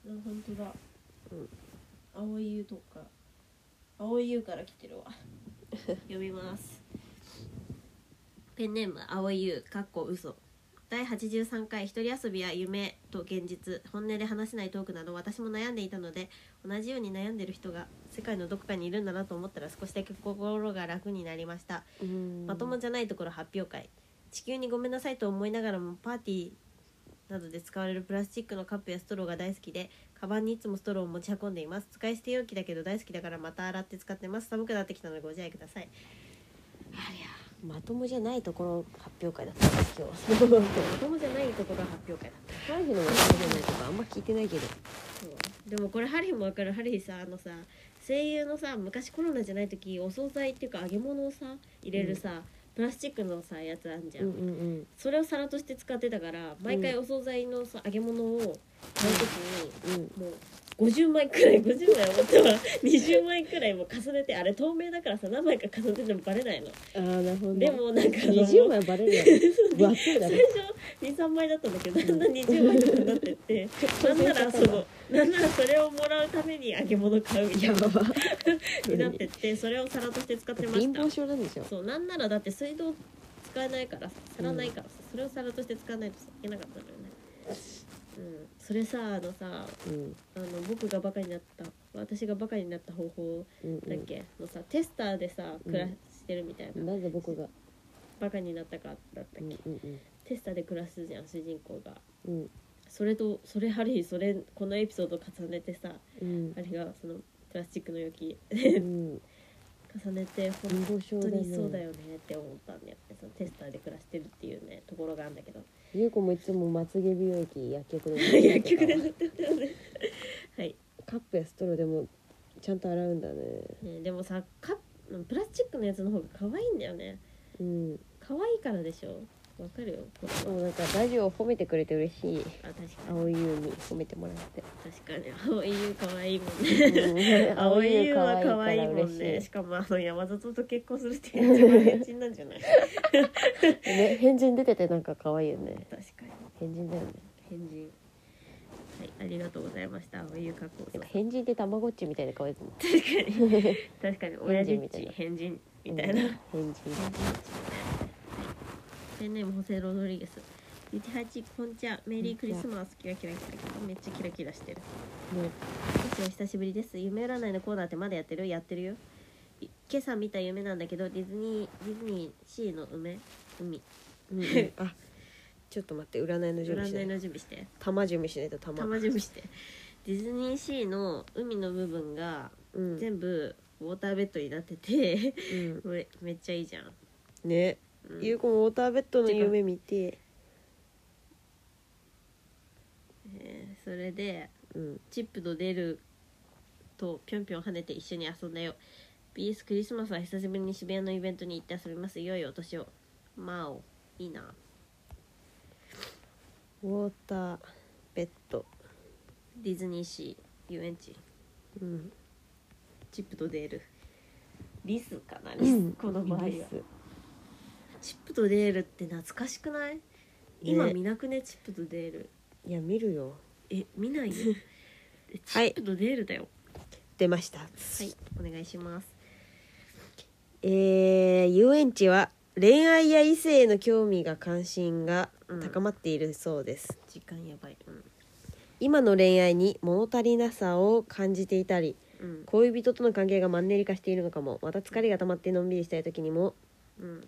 [SPEAKER 2] うん本当だ
[SPEAKER 1] うん
[SPEAKER 2] 青い湯とか青い湯から来て
[SPEAKER 1] <laughs>
[SPEAKER 2] るわ読みますペンネーム青い湯かっこ嘘第83回「一人遊びや夢と現実本音で話せないトーク」など私も悩んでいたので同じように悩んでる人が世界のどこかにいるんだなと思ったら少しだけ心が楽になりましたまともじゃないところ発表会地球にごめんなさいと思いながらもパーティーなどで使われるプラスチックのカップやストローが大好きでカバンにいつもストローを持ち運んでいます使い捨て容器だけど大好きだからまた洗って使ってます寒くなってきたのでご自愛くださいありゃ
[SPEAKER 1] まともじゃないところ発表会だったんです今日
[SPEAKER 2] まともじゃないところ発表会だった
[SPEAKER 1] ハリーのまともじゃないとかあんま聞いてないけど
[SPEAKER 2] そうでもこれハリーもわかるハリーさあのさ声優のさ昔コロナじゃない時お惣菜っていうか揚げ物をさ入れるさ、プラスチックのさやつあんじゃ
[SPEAKER 1] うんうんうん
[SPEAKER 2] それを皿として使ってたから毎回お惣菜のさ揚げ物を買う時
[SPEAKER 1] うん
[SPEAKER 2] にもう50枚くらい50枚思 <laughs> っては20枚くらいも重ねてあれ透明だからさ何枚か重ねてもバレないの
[SPEAKER 1] ああなるほど
[SPEAKER 2] でもなんかあの
[SPEAKER 1] 20枚バレるやろ分けるだろ
[SPEAKER 2] 最初23枚だったんだけどだんだん20枚とかになってって <laughs> なんならそのなんならそれをもらうために揚げ物買うみたいなになってってそれを皿として使ってまし
[SPEAKER 1] 貧
[SPEAKER 2] た
[SPEAKER 1] 乏症なんでしょ
[SPEAKER 2] そうなんならだって水道使えないからさ皿ないからさ、それを皿として使わないとさいけなかったのよねうんそれさあのさ
[SPEAKER 1] うん
[SPEAKER 2] あの僕がバカになった私がバカになった方法
[SPEAKER 1] うん
[SPEAKER 2] だっ
[SPEAKER 1] う
[SPEAKER 2] け、のさテスターでさ暮らしてるみたいな、
[SPEAKER 1] んなぜ僕が
[SPEAKER 2] バカになったかだったっけ、
[SPEAKER 1] うんうん
[SPEAKER 2] テスターで暮らすじゃん主人公が
[SPEAKER 1] うん
[SPEAKER 2] それとそれハリーそれこのエピソード重ねてさ
[SPEAKER 1] うん
[SPEAKER 2] あれがそのプラスチックの容器
[SPEAKER 1] うん
[SPEAKER 2] 重ねてほん
[SPEAKER 1] 貧乏症
[SPEAKER 2] 本当
[SPEAKER 1] だ
[SPEAKER 2] にそうだ
[SPEAKER 1] ね
[SPEAKER 2] よねって思ったんだよねそのテスターで暮らしてるっていうねところがあるんだけど
[SPEAKER 1] ゆうこもいつもまつげ美容液薬局で塗ってる
[SPEAKER 2] 薬局で塗ってたよねはい、
[SPEAKER 1] カップやストローでもちゃんと洗うんだね
[SPEAKER 2] ねでもさカップラスチックのやつの方が可愛いんだよね
[SPEAKER 1] うん
[SPEAKER 2] 可愛いからでしょわかるよこれ
[SPEAKER 1] も
[SPEAKER 2] は
[SPEAKER 1] うなんかラジオを褒めてくれて嬉しい
[SPEAKER 2] あ確かに
[SPEAKER 1] 青い優に褒めてもらって
[SPEAKER 2] 確かに青い優可愛いもんね <laughs> 青い優は可愛いもんねしかもあの山里と結婚するっていうのが一番変人なんじゃない
[SPEAKER 1] ね変人出ててなんか可愛いよね
[SPEAKER 2] 確かに
[SPEAKER 1] 変人だよね
[SPEAKER 2] 変人はいありがとうございました青い優加工
[SPEAKER 1] なんか変人ってたまごっちみたいで可愛いもん
[SPEAKER 2] 確かに確かに親父っ
[SPEAKER 1] みたい
[SPEAKER 2] ち
[SPEAKER 1] な
[SPEAKER 2] 変人みたいな
[SPEAKER 1] うん変人
[SPEAKER 2] ペンネームホセ・ロドリゲスユティハチこんちゃメリークリスマスキラキラキラキラめっちゃキラキラしてる
[SPEAKER 1] ね
[SPEAKER 2] もしお久しぶりです夢占いのコーナーってまだやってるやってるよい今朝見た夢なんだけどディズニーディズニーシーの梅海
[SPEAKER 1] うん
[SPEAKER 2] <laughs>
[SPEAKER 1] うんあちょっと待って占いの準備し
[SPEAKER 2] 占
[SPEAKER 1] ないい
[SPEAKER 2] の準備して
[SPEAKER 1] 玉準備しないと玉
[SPEAKER 2] 玉準備してディズニーシーの海の部分が
[SPEAKER 1] うん
[SPEAKER 2] 全部ウォーターベッドになってて <laughs>
[SPEAKER 1] うん
[SPEAKER 2] これめっちゃいいじゃん、
[SPEAKER 1] ね
[SPEAKER 2] うん
[SPEAKER 1] ゆうこもウォーターベッドの夢見て
[SPEAKER 2] えーそれで
[SPEAKER 1] うん
[SPEAKER 2] チップと出るとぴょんぴょん跳ねて一緒に遊んだよ BS クリスマスは久しぶりに渋谷のイベントに行って遊びますいよいよお年をまあおいいな
[SPEAKER 1] ウォーターベッド
[SPEAKER 2] ディズニーシー遊園地
[SPEAKER 1] うん
[SPEAKER 2] チップとデールリスかなリスこの場合は
[SPEAKER 1] リス
[SPEAKER 2] チップとデールって懐かしくない、今見
[SPEAKER 1] ね
[SPEAKER 2] なくねチップとデール
[SPEAKER 1] いや見るよ
[SPEAKER 2] え見な
[SPEAKER 1] <laughs>
[SPEAKER 2] いよえチ
[SPEAKER 1] はい
[SPEAKER 2] ップとデールだよ
[SPEAKER 1] 出ました
[SPEAKER 2] はい、お願いします
[SPEAKER 1] えー遊園地は恋愛や異性への興味が関心が高まっているそうです、
[SPEAKER 2] 時間やばいうん
[SPEAKER 1] 今の恋愛に物足りなさを感じていたり
[SPEAKER 2] うん
[SPEAKER 1] 恋人との関係がマンネリ化しているのかもまた疲れが溜まってのんびりしたい時にも
[SPEAKER 2] うん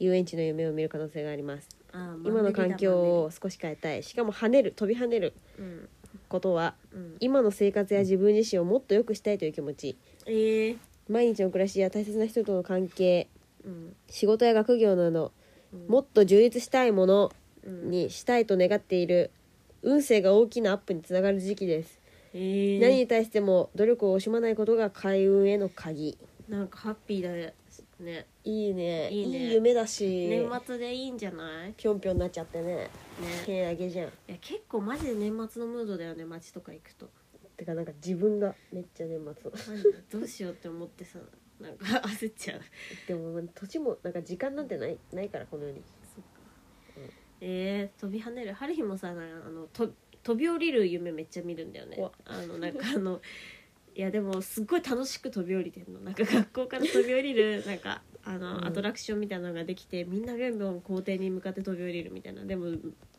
[SPEAKER 1] 遊園地の夢を見る可能性があります
[SPEAKER 2] あー
[SPEAKER 1] 今の環境、
[SPEAKER 2] マン
[SPEAKER 1] を少し変えたいしかも跳ねる飛び跳ねる
[SPEAKER 2] ネリだマンネリ
[SPEAKER 1] ことは
[SPEAKER 2] うんうん
[SPEAKER 1] 今の生活や自分自身をもっと良くしたいという気持ち
[SPEAKER 2] えー、
[SPEAKER 1] 毎日の暮らしや大切な人との関係
[SPEAKER 2] うん
[SPEAKER 1] 仕事や学業など
[SPEAKER 2] うん
[SPEAKER 1] もっと充実したいもの
[SPEAKER 2] うん
[SPEAKER 1] にしたいと願っている運勢が大きなアップにつながる時期です、
[SPEAKER 2] えー
[SPEAKER 1] 何に対しても努力を惜しまないことが開運への鍵
[SPEAKER 2] なんかハッピーだねね
[SPEAKER 1] いいね
[SPEAKER 2] いいね
[SPEAKER 1] 夢だし
[SPEAKER 2] 年末でいいんじゃないね
[SPEAKER 1] ぴょんぴょんになっちゃってね
[SPEAKER 2] い
[SPEAKER 1] 手あげじゃん
[SPEAKER 2] や結構マジで年末のムードだよね街とか行くと
[SPEAKER 1] てかなんか自分がめっちゃ年末
[SPEAKER 2] マジでどうしようって思ってさなんか焦っちゃう
[SPEAKER 1] でも年もなんか時間なんてないないからこの世に
[SPEAKER 2] そっか
[SPEAKER 1] うん
[SPEAKER 2] えー飛び跳ねる春日もさなんかあのと飛び降りる夢めっちゃ見るんだよね
[SPEAKER 1] 怖っ
[SPEAKER 2] あのなんかあの <laughs> いやでもすっごい楽しく飛び降りてんのなんか学校から飛び降りるなんかあの、
[SPEAKER 1] うん
[SPEAKER 2] アトラクションみたいなのができてみんなビョンビョン校庭に向かって飛び降りるみたいなでも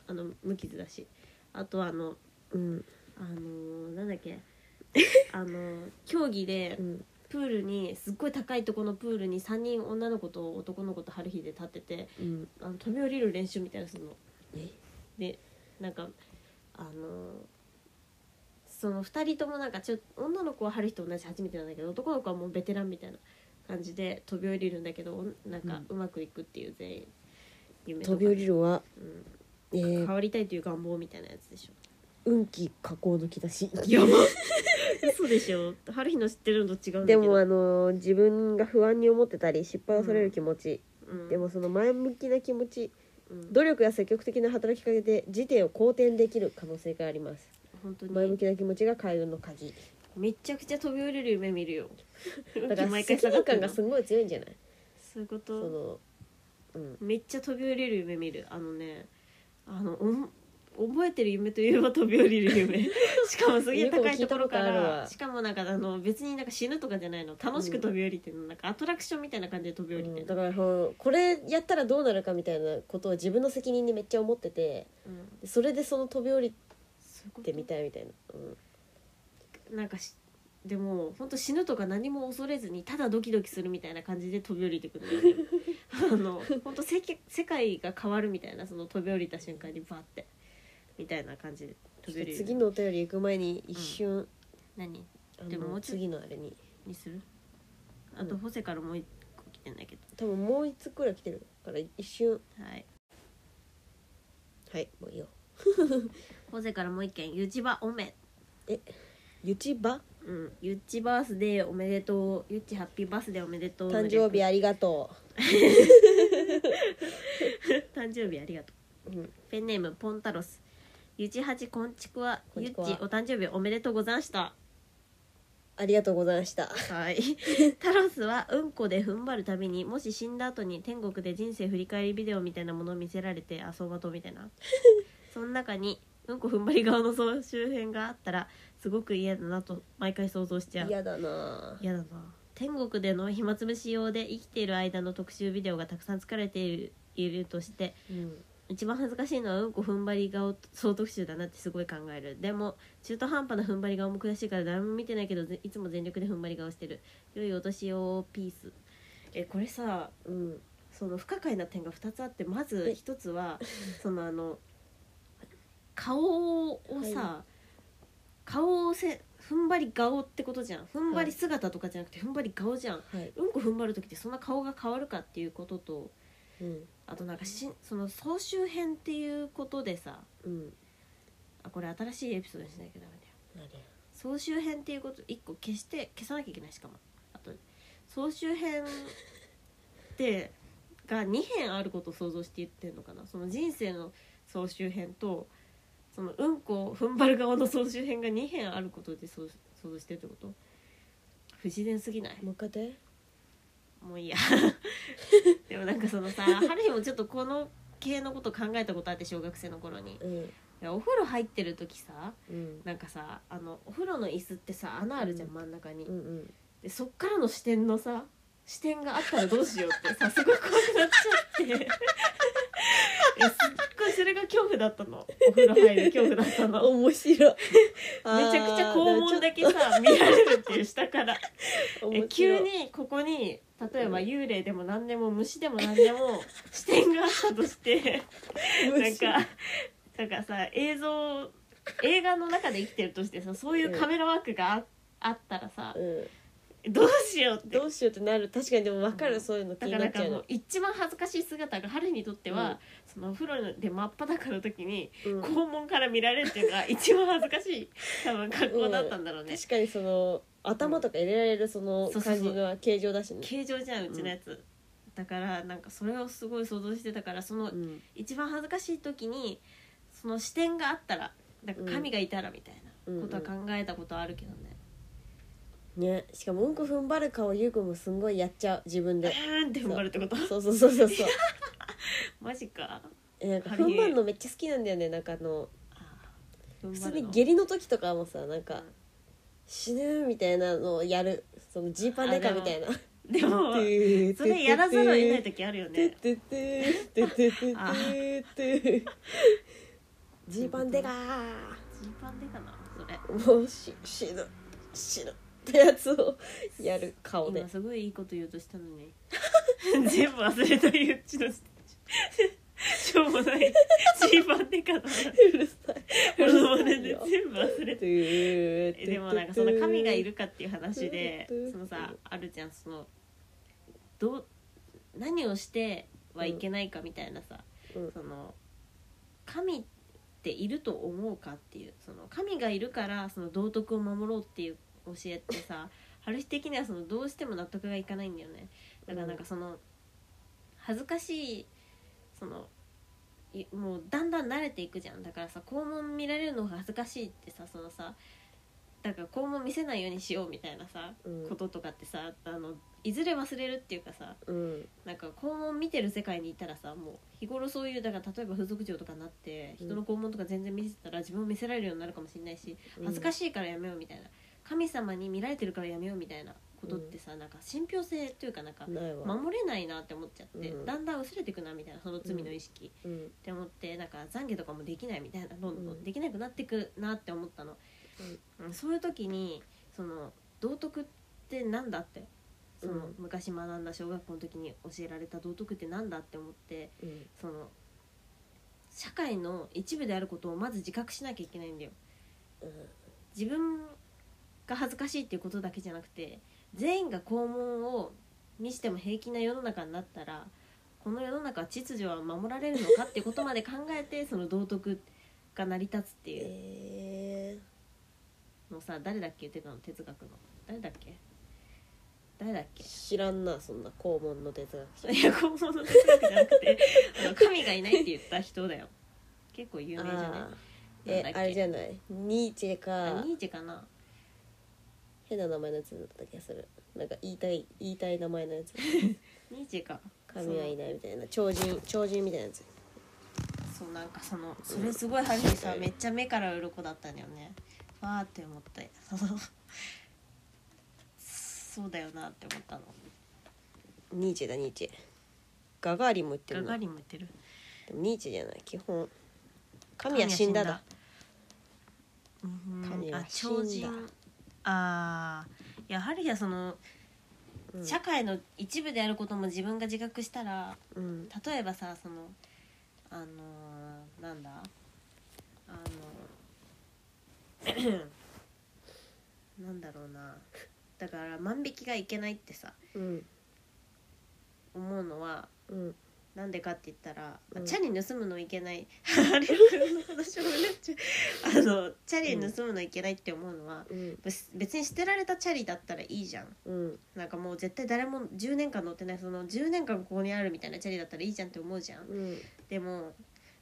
[SPEAKER 2] あの無傷だしあとあの
[SPEAKER 1] うん
[SPEAKER 2] あのなんだっ
[SPEAKER 1] <laughs>
[SPEAKER 2] けあの競技で
[SPEAKER 1] うん
[SPEAKER 2] プールにすっごい高いとこのプールに3人女の子と男の子と春日で立ってて
[SPEAKER 1] うん
[SPEAKER 2] あの飛び降りる練習みたいなのするの
[SPEAKER 1] え
[SPEAKER 2] でなんかあのーその2人ともなんかちょ女の子は春日と同じ初めてなんだけど男の子はもうベテランみたいな感じで飛び降りるんだけどおんなんかうまくいくっていう全員夢とか
[SPEAKER 1] 飛び降りるは、
[SPEAKER 2] うん
[SPEAKER 1] えー
[SPEAKER 2] 変わりたいという願望みたいなやつでしょ
[SPEAKER 1] 運気下降の兆し
[SPEAKER 2] やば <laughs> 嘘でしょ春日の知ってるのと違うんだけど
[SPEAKER 1] でもあのー自分が不安に思ってたり失敗をされる気持ち、
[SPEAKER 2] うん、
[SPEAKER 1] でもその前向きな気持ち
[SPEAKER 2] うん
[SPEAKER 1] 努力や積極的な働きかけで時点を好転できる可能性があります
[SPEAKER 2] 本当
[SPEAKER 1] 前向
[SPEAKER 2] に
[SPEAKER 1] きな気持ちが開運の鍵
[SPEAKER 2] めちゃくちゃ飛び降りる夢見るよ
[SPEAKER 1] だから
[SPEAKER 2] <laughs> 毎
[SPEAKER 1] 責
[SPEAKER 2] 回下
[SPEAKER 1] 任
[SPEAKER 2] がって
[SPEAKER 1] 感
[SPEAKER 2] んの
[SPEAKER 1] がすごい強いんじゃない
[SPEAKER 2] そういうこ
[SPEAKER 1] そ
[SPEAKER 2] と
[SPEAKER 1] のうん
[SPEAKER 2] めっちゃ飛び降りる夢見るあのねあのおん覚えてる夢といえば飛び降り
[SPEAKER 1] <laughs>
[SPEAKER 2] る夢しかもすげえ高いとこ
[SPEAKER 1] よく聞いたこ
[SPEAKER 2] ろか
[SPEAKER 1] とある
[SPEAKER 2] ら
[SPEAKER 1] わ
[SPEAKER 2] しかもなんかあの別になんか死ぬとかじゃないの楽しく飛び降りてるの、なんかアトラクションみたいな感じで飛び降りて
[SPEAKER 1] うん
[SPEAKER 2] る
[SPEAKER 1] だ、からそのこれやったらどうなるかみたいなことを自分の責任でめっちゃ思ってて
[SPEAKER 2] うん
[SPEAKER 1] でそれでその飛び降り
[SPEAKER 2] そういうこ
[SPEAKER 1] てみ
[SPEAKER 2] と
[SPEAKER 1] たいみたいな、うん、
[SPEAKER 2] なんかしでも本当死ぬとか何も恐れずにただドキドキするみたいな感じで飛び降りてくるのよね
[SPEAKER 1] <laughs>
[SPEAKER 2] あの本当世界世界が変わるみたいなその飛び降りた瞬間にバーってみたいな感じで
[SPEAKER 1] ちょ
[SPEAKER 2] 飛
[SPEAKER 1] っ
[SPEAKER 2] び降り
[SPEAKER 1] と
[SPEAKER 2] る
[SPEAKER 1] 次のお便り行く前に一瞬、
[SPEAKER 2] 何
[SPEAKER 1] あの
[SPEAKER 2] でももうちょい
[SPEAKER 1] 次のあれに
[SPEAKER 2] にするあと
[SPEAKER 1] うん
[SPEAKER 2] ホセからもう一個来てんだけど
[SPEAKER 1] 多分もう一つくらい来てるから一瞬
[SPEAKER 2] はい
[SPEAKER 1] はいもういいよ
[SPEAKER 2] ホセからもう一件「ゆちばおめ」
[SPEAKER 1] ゆちば
[SPEAKER 2] うん「ゆっちバースデーおめでとう」「ゆっちハッピーバースデーおめでとう」
[SPEAKER 1] 誕生日
[SPEAKER 2] あ
[SPEAKER 1] ありがと
[SPEAKER 2] 誕生日ありがと
[SPEAKER 1] う、うん、
[SPEAKER 2] うペンネームポンタロスゆちはちこんちくわ
[SPEAKER 1] こん
[SPEAKER 2] ゆっ
[SPEAKER 1] ち
[SPEAKER 2] ち
[SPEAKER 1] くわ
[SPEAKER 2] お誕生日おめでとうござんした
[SPEAKER 1] ありがとうございました
[SPEAKER 2] はいタロスはうんこで踏ん張るたびにもし死んだ後に天国で人生振り返りビデオみたいなものを見せられてあ走馬灯みたいなその中にうんこ踏ん張り側の総集編があったらすごく嫌だなと毎回想像しちゃう
[SPEAKER 1] 嫌だな
[SPEAKER 2] 嫌だな天国での暇つぶし用で生きている間の特集ビデオがたくさん作られているいるとして
[SPEAKER 1] うん
[SPEAKER 2] 一番恥ずかしいのはうんこ踏ん張り顔総特集だなってすごい考えるでも中途半端な踏ん張り顔も悔しいから誰も見てないけどぜいつも全力で踏ん張り顔してる良いお年をピースえこれさ
[SPEAKER 1] うん
[SPEAKER 2] その不可解な点が2つあってまず
[SPEAKER 1] え
[SPEAKER 2] 1つはそのあの顔をさ、顔をせ踏ん張り顔ってことじゃん踏ん張り姿とかじゃなくて踏ん張り顔じゃん、
[SPEAKER 1] はい、
[SPEAKER 2] うんこ踏ん張る時ってそんな顔が変わるかっていうことと
[SPEAKER 1] うん
[SPEAKER 2] あとなんかしその総集編っていうことでさ
[SPEAKER 1] うん、
[SPEAKER 2] あこれ新しいエピソードにしなきゃダメだよ
[SPEAKER 1] 何
[SPEAKER 2] 総集編っていうこと1個消して消さなきゃいけないしかもあと総集編ってが2編あることを想像して言ってんのかなその人生の総集編とそのうんこを踏ん張る側の総集編が2編あることで想想像してるってこと不自然すぎない
[SPEAKER 1] もう一回で
[SPEAKER 2] もういいや <laughs> でもなんかそ <laughs> のさ春日もちょっとこの系のこと考えたことあって小学生の頃にい
[SPEAKER 1] うん
[SPEAKER 2] やお風呂入ってる時さ
[SPEAKER 1] うん
[SPEAKER 2] なんかさあのお風呂の椅子ってさ穴あるじゃん
[SPEAKER 1] う
[SPEAKER 2] 真ん中に、
[SPEAKER 1] うんうん
[SPEAKER 2] でそっからの視点のさ視点があったらどうしようってさすごい怖くなっちゃ <laughs> っていやすっごいそれが恐怖だったのお風呂入る恐怖だったの
[SPEAKER 1] 面白いめち
[SPEAKER 2] めちゃくちゃ肛門だけさ見られるっていう下からえ急にここに例えば幽霊でも何でも虫でも何でも視点があった
[SPEAKER 1] <laughs>
[SPEAKER 2] としてなんかなんかさ映像映画の中で生きてるとしてさそういうカメラワークがああったらさ
[SPEAKER 1] うん
[SPEAKER 2] どうしようって
[SPEAKER 1] どうしようってなる確かにでも分かる、そういうの気
[SPEAKER 2] だ
[SPEAKER 1] に
[SPEAKER 2] から
[SPEAKER 1] な
[SPEAKER 2] な
[SPEAKER 1] っ
[SPEAKER 2] ん
[SPEAKER 1] ちゃ
[SPEAKER 2] か
[SPEAKER 1] う
[SPEAKER 2] も
[SPEAKER 1] の
[SPEAKER 2] う一番恥ずかしい姿が春にとっては、
[SPEAKER 1] うん
[SPEAKER 2] そのお風呂で真っ裸の時に
[SPEAKER 1] うん
[SPEAKER 2] 肛門から見られるっていうのが一番恥ずかしい多分格好だったんだろうね、
[SPEAKER 1] 確かにその頭とか入れられるその
[SPEAKER 2] そうそう
[SPEAKER 1] 感
[SPEAKER 2] そう
[SPEAKER 1] じが形状だしね
[SPEAKER 2] 形状じゃんうちのやつ、だからなんかそれをすごい想像してたからその
[SPEAKER 1] うん
[SPEAKER 2] 一番恥ずかしい時にその視点があったらなんか神がいたらみたいなことは考えたことあるけどね、
[SPEAKER 1] ねしかもうんこ踏ん張る顔ゆうくんもすんごいやっちゃう自分
[SPEAKER 2] う <laughs>
[SPEAKER 1] で
[SPEAKER 2] ーんって踏ん張るってこと
[SPEAKER 1] そうそうそうそう
[SPEAKER 2] <laughs>
[SPEAKER 1] そう
[SPEAKER 2] マジか
[SPEAKER 1] えなんか踏ん張るのめっちゃ好きなんだよねなんかあの
[SPEAKER 2] 踏ん
[SPEAKER 1] 普
[SPEAKER 2] 張
[SPEAKER 1] 通
[SPEAKER 2] る
[SPEAKER 1] に
[SPEAKER 2] の
[SPEAKER 1] 下痢の時とかもさなん
[SPEAKER 2] う
[SPEAKER 1] か
[SPEAKER 2] ん
[SPEAKER 1] 死ぬみたいなのをやるそのジーパンでかみたいな
[SPEAKER 2] でもそれやらざるを得ない時あるよね
[SPEAKER 1] ててててて
[SPEAKER 2] あ
[SPEAKER 1] ててジーパンでか
[SPEAKER 2] ジーパンでかなそれ
[SPEAKER 1] ーもうし死ぬ死ぬってやつをやる顔で
[SPEAKER 2] 今すごいいいこと言おうとしたのに <laughs> 全部忘れた <laughs> ゆっちのしょう
[SPEAKER 1] <laughs>
[SPEAKER 2] もないジーパンでかな
[SPEAKER 1] うるさいう
[SPEAKER 2] 俺
[SPEAKER 1] るさ
[SPEAKER 2] の真似
[SPEAKER 1] い
[SPEAKER 2] で
[SPEAKER 1] よ
[SPEAKER 2] 全部忘れてえでもなんかその神がいるかっていう話でそのさあるじゃんそのどう何をしてはいけないかみたいなさ、
[SPEAKER 1] うん
[SPEAKER 2] その神っていると思うかっていうその神がいるからその道徳を守ろうっていう教えってさ春日的にはそのどうしても納得がいかないんだよねだからなんかその、恥ずかしいそのいもうだんだん慣れていくじゃんだからさ肛門見られるのが恥ずかしいってさそのさだから肛門見せないようにしようみたいなさ、
[SPEAKER 1] うん
[SPEAKER 2] こととかってさあのいずれ忘れるっていうかさ
[SPEAKER 1] うん
[SPEAKER 2] なんか肛門見てる世界にいたらさもう日頃そういうだから例えば風俗嬢とかになって
[SPEAKER 1] うん
[SPEAKER 2] 人の肛門とか全然見せてたら自分を見せられるようになるかもしれないし
[SPEAKER 1] うん
[SPEAKER 2] 恥ずかしいからやめようみたいな神様に見られてるからやめようみたいなことってさなんか信憑性というかなんか
[SPEAKER 1] ないわ
[SPEAKER 2] 守れないなって思っちゃって、
[SPEAKER 1] うん
[SPEAKER 2] だんだん薄れていくなみたいなその罪の意識、っ
[SPEAKER 1] うん
[SPEAKER 2] て思ってなんか懺悔とかもできないみたいなどんど
[SPEAKER 1] うん
[SPEAKER 2] んできなくなっていくなって思ったの、うんそういう時にその道徳ってなんだってその、
[SPEAKER 1] うん
[SPEAKER 2] 昔学んだ小学校の時に教えられた道徳ってなんだって思って
[SPEAKER 1] うん
[SPEAKER 2] その社会の一部であることをまず自覚しなきゃいけないんだよ
[SPEAKER 1] うん
[SPEAKER 2] 自分が恥ずかしいっていうことだけじゃなくて全員が肛門を見しても平気な世の中になったらこの世の中は秩序は守られるのかっていうことまで考えて <laughs> その道徳が成り立つっていう
[SPEAKER 1] え
[SPEAKER 2] のをさ誰だっけ言ってたの哲学の誰だっけ誰だっけ
[SPEAKER 1] ー知らんなそんな肛門の哲学者
[SPEAKER 2] いや肛門の哲学じゃなくてあの神がいないって言った人だよ結構有名じゃない
[SPEAKER 1] あーえ
[SPEAKER 2] なんだっけ
[SPEAKER 1] あれじゃないニーチェ
[SPEAKER 2] あ
[SPEAKER 1] か
[SPEAKER 2] ニーチェかな
[SPEAKER 1] 変な名前のやつだった気がするなんか言いたい言いたい名前のやつ
[SPEAKER 2] ニーチェか
[SPEAKER 1] 神はいないみたいな超人超人みたいなやつ
[SPEAKER 2] そうなんかそのそれすごい初めてさめっちゃ目から鱗だったんだよねわーって思ってその <laughs> そうだよなって思ったの
[SPEAKER 1] ニーチェだニーチェガガーリンも言って
[SPEAKER 2] ガ
[SPEAKER 1] る
[SPEAKER 2] ガ
[SPEAKER 1] なで
[SPEAKER 2] リンも言ってる
[SPEAKER 1] もニーチェじゃない基本神は死んだだ
[SPEAKER 2] 神
[SPEAKER 1] 神
[SPEAKER 2] は
[SPEAKER 1] は
[SPEAKER 2] 死
[SPEAKER 1] 死
[SPEAKER 2] ん
[SPEAKER 1] ん
[SPEAKER 2] だ
[SPEAKER 1] だ
[SPEAKER 2] うんあ超人あーやはりやそ
[SPEAKER 1] う
[SPEAKER 2] の、
[SPEAKER 1] ん
[SPEAKER 2] 社会の一部であることも自分が自覚したら
[SPEAKER 1] うん
[SPEAKER 2] 例えばさそのあのーなんだあの <coughs> なんだろうなだから万引きがいけないってさ
[SPEAKER 1] うん
[SPEAKER 2] 思うのは
[SPEAKER 1] うん
[SPEAKER 2] なんでかって言ったら、
[SPEAKER 1] うん
[SPEAKER 2] チャリ盗むのいけないあれの話もなっちゃうあのチャリ盗むのいけないって思うのは、
[SPEAKER 1] うん
[SPEAKER 2] 別別に捨てられたチャリだったらいいじゃん
[SPEAKER 1] うん
[SPEAKER 2] なんかもう絶対誰も10年間乗ってないその10年間ここにあるみたいなチャリだったらいいじゃんって思うじゃん
[SPEAKER 1] うん
[SPEAKER 2] でも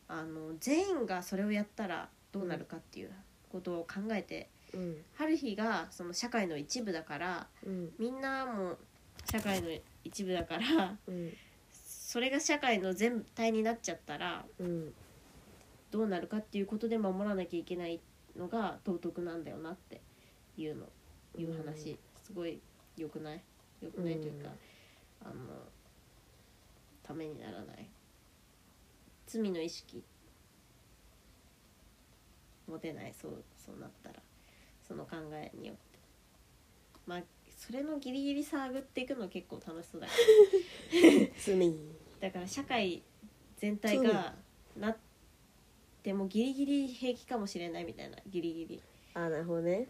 [SPEAKER 2] あの全員がそれをやったらどうなるかっていうことを考えて、
[SPEAKER 1] うん
[SPEAKER 2] 春日がその社会の一部だから
[SPEAKER 1] うん
[SPEAKER 2] みんなも社会の一部だから
[SPEAKER 1] うん
[SPEAKER 2] それが社会の全体になっちゃったら
[SPEAKER 1] うん
[SPEAKER 2] どうなるかっていうことで守らなきゃいけないのが道徳なんだよなっていうのいう話、すごい良くない良くないというか、あのためにならない罪の意識持てないそうそうなったらその考えによってまあそれのギリギリ探っていくの結構楽しそうだけど
[SPEAKER 1] 罪
[SPEAKER 2] だから社会全体がなってもギリギリ平気かもしれないみたいなギリギリ、
[SPEAKER 1] あーなるほどね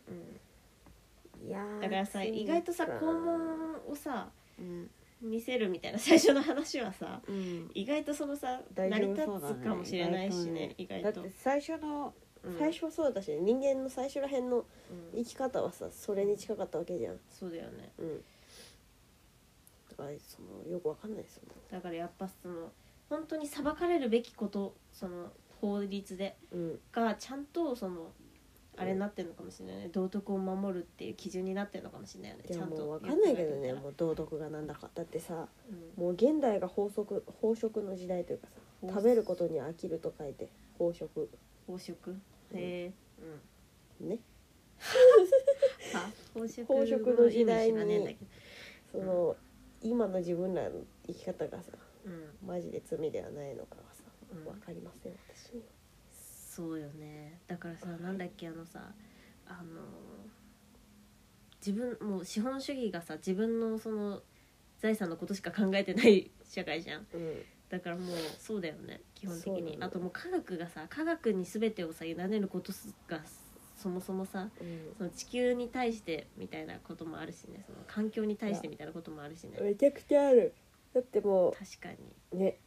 [SPEAKER 2] うん、
[SPEAKER 1] いやー
[SPEAKER 2] だからさ
[SPEAKER 1] ついに
[SPEAKER 2] 意外とさ
[SPEAKER 1] か
[SPEAKER 2] 肛門をさ
[SPEAKER 1] うん、
[SPEAKER 2] 見せるみたいな最初の話はさ
[SPEAKER 1] うん、
[SPEAKER 2] 意外とそのさ
[SPEAKER 1] 大
[SPEAKER 2] 成
[SPEAKER 1] 丈
[SPEAKER 2] り
[SPEAKER 1] 夫
[SPEAKER 2] 立
[SPEAKER 1] そうだね
[SPEAKER 2] つかもしれないしね意外
[SPEAKER 1] だっ
[SPEAKER 2] と
[SPEAKER 1] て最初の、
[SPEAKER 2] うん
[SPEAKER 1] 最初はそうだし人間の最初らへんの
[SPEAKER 2] う
[SPEAKER 1] 生
[SPEAKER 2] ん
[SPEAKER 1] き方はさそれに近かったわけじゃん
[SPEAKER 2] そうだよね
[SPEAKER 1] うんだからそのよくわかんないですよね
[SPEAKER 2] だからやっぱその本当に裁かれるべきことその法律で
[SPEAKER 1] うん
[SPEAKER 2] がちゃんとその
[SPEAKER 1] ん
[SPEAKER 2] あれになってるのかもしれないね道徳を守るっていう基準になってるのかもしれないよね
[SPEAKER 1] で
[SPEAKER 2] ち
[SPEAKER 1] も
[SPEAKER 2] ゃん
[SPEAKER 1] もう
[SPEAKER 2] と
[SPEAKER 1] わかんないけどね
[SPEAKER 2] よく考
[SPEAKER 1] もう道徳がなんだかだってさ
[SPEAKER 2] えてみたら
[SPEAKER 1] もう現代が飽食飽食の時代というかさ
[SPEAKER 2] うん
[SPEAKER 1] 食べることに飽きると書いて飽食
[SPEAKER 2] 飽食へえうん
[SPEAKER 1] ね
[SPEAKER 2] あ飽食
[SPEAKER 1] 飽食の時代に
[SPEAKER 2] 意味知らねえんだけ
[SPEAKER 1] そ
[SPEAKER 2] ど
[SPEAKER 1] の、今の自分らの生き方がさ
[SPEAKER 2] うん
[SPEAKER 1] マジで罪ではないのかはさ
[SPEAKER 2] うん
[SPEAKER 1] わかりません私には
[SPEAKER 2] そうよねだからさなんだっけあのさあの自分もう資本主義がさ自分のその財産のことしか考えてない社会じゃん
[SPEAKER 1] うん
[SPEAKER 2] だからもうそうだよね基本的
[SPEAKER 1] そうな
[SPEAKER 2] に
[SPEAKER 1] の
[SPEAKER 2] あともう科学がさ科学に全てをさ委ねることすがそもそもさ
[SPEAKER 1] うん
[SPEAKER 2] その地球に対してみたいなこともあるしねその環境に対してみたいなこともあるしね
[SPEAKER 1] めちゃくちゃあるだっても
[SPEAKER 2] 確かに、
[SPEAKER 1] うね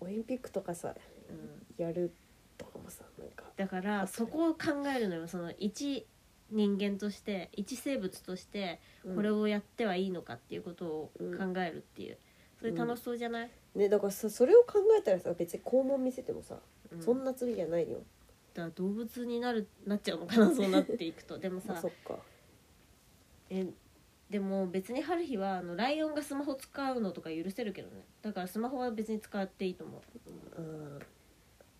[SPEAKER 1] オリンピックとかさ
[SPEAKER 2] うん、
[SPEAKER 1] やるとかもさなんか
[SPEAKER 2] だからそこを考えるのよその一人間として一生物としてこれ
[SPEAKER 1] を、
[SPEAKER 2] をやってはいいのかっていうことを考えるっていう、それ楽しそうじゃない、
[SPEAKER 1] ねだからさそれを考えたらさ別に肛門見せてもさ、
[SPEAKER 2] うん
[SPEAKER 1] そんな罪じゃないよ
[SPEAKER 2] だから動物になるなっちゃうの
[SPEAKER 1] <laughs>
[SPEAKER 2] かなそうなっていくとでも
[SPEAKER 1] ま
[SPEAKER 2] さ
[SPEAKER 1] あそっか
[SPEAKER 2] えでも別に春日はあのライオンがスマホ使うのとか許せるけどねだからスマホは別に使っていいと思う
[SPEAKER 1] うん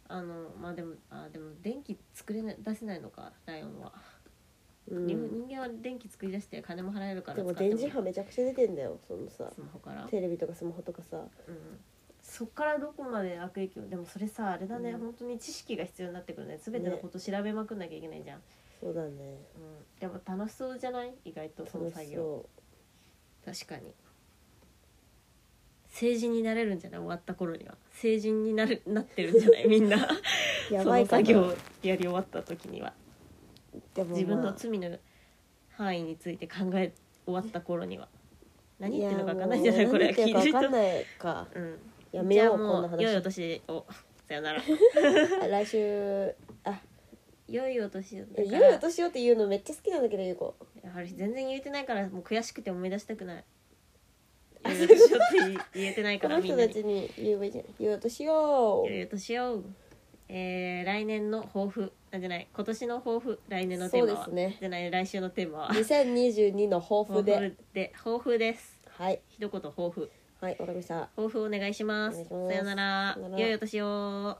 [SPEAKER 2] あのまあでもあでも電気作れない出せないのかライオンは、
[SPEAKER 1] うん
[SPEAKER 2] 日本人間は電気作り出して金も払えるから
[SPEAKER 1] で
[SPEAKER 2] 使
[SPEAKER 1] も
[SPEAKER 2] ってもいい
[SPEAKER 1] 電磁波めちゃくちゃ出てんだよそのさ
[SPEAKER 2] スマホから、
[SPEAKER 1] テレビとかスマホとかさ
[SPEAKER 2] うん、そっからどこまで悪影響でもそれさあれだね、
[SPEAKER 1] うん
[SPEAKER 2] 本当に知識が必要になってくるね全てのこと調べまくんなきゃいけないじゃん、
[SPEAKER 1] そうだね
[SPEAKER 2] うん、でも楽しそうじゃない意外とその
[SPEAKER 1] 楽
[SPEAKER 2] 作
[SPEAKER 1] し
[SPEAKER 2] 業
[SPEAKER 1] そ
[SPEAKER 2] 確かに成人になれるんじゃない終わった頃には成人になるなってるんじ
[SPEAKER 1] <laughs>
[SPEAKER 2] ゃないみんな
[SPEAKER 1] うや
[SPEAKER 2] そ
[SPEAKER 1] ばい
[SPEAKER 2] の
[SPEAKER 1] かな
[SPEAKER 2] 作業をやり終わった時には
[SPEAKER 1] でも、まあ
[SPEAKER 2] 自分の罪の範囲について考え終わった頃には何言ってるのか分かんないんじゃない
[SPEAKER 1] や
[SPEAKER 2] これは
[SPEAKER 1] 何言
[SPEAKER 2] 聞
[SPEAKER 1] って
[SPEAKER 2] い
[SPEAKER 1] る
[SPEAKER 2] て
[SPEAKER 1] か
[SPEAKER 2] る
[SPEAKER 1] 分かん
[SPEAKER 2] と
[SPEAKER 1] ない
[SPEAKER 2] <laughs>
[SPEAKER 1] か
[SPEAKER 2] うん
[SPEAKER 1] やめよう
[SPEAKER 2] じゃあ
[SPEAKER 1] こんな
[SPEAKER 2] もう良いお
[SPEAKER 1] 話
[SPEAKER 2] 年をさよなら
[SPEAKER 1] 来週あ
[SPEAKER 2] 良いお年を
[SPEAKER 1] え
[SPEAKER 2] だ
[SPEAKER 1] 良
[SPEAKER 2] か
[SPEAKER 1] いお
[SPEAKER 2] ら
[SPEAKER 1] 年をって言うのめっちゃ好きなんだけどゆうこ
[SPEAKER 2] やはり全然言えてないからもう悔しくて思い出したくない
[SPEAKER 1] あ <laughs>
[SPEAKER 2] 良いお年をって言えてないか
[SPEAKER 1] こ
[SPEAKER 2] ら
[SPEAKER 1] の
[SPEAKER 2] みん
[SPEAKER 1] 人
[SPEAKER 2] な
[SPEAKER 1] たち
[SPEAKER 2] に
[SPEAKER 1] に言えばいいじゃん良いお年を
[SPEAKER 2] 良いお年をえー、来年の抱負なんじゃない今年の抱負来年のテ
[SPEAKER 1] そう
[SPEAKER 2] ーマ
[SPEAKER 1] で
[SPEAKER 2] は
[SPEAKER 1] すね
[SPEAKER 2] じゃない来週のテーマは
[SPEAKER 1] 2022の抱負
[SPEAKER 2] 抱
[SPEAKER 1] で
[SPEAKER 2] 負で抱負です
[SPEAKER 1] はい
[SPEAKER 2] 一言抱負
[SPEAKER 1] はいわかりました
[SPEAKER 2] 抱負お願いします
[SPEAKER 1] お願いします
[SPEAKER 2] さよなら
[SPEAKER 1] さよなら
[SPEAKER 2] 良いお年を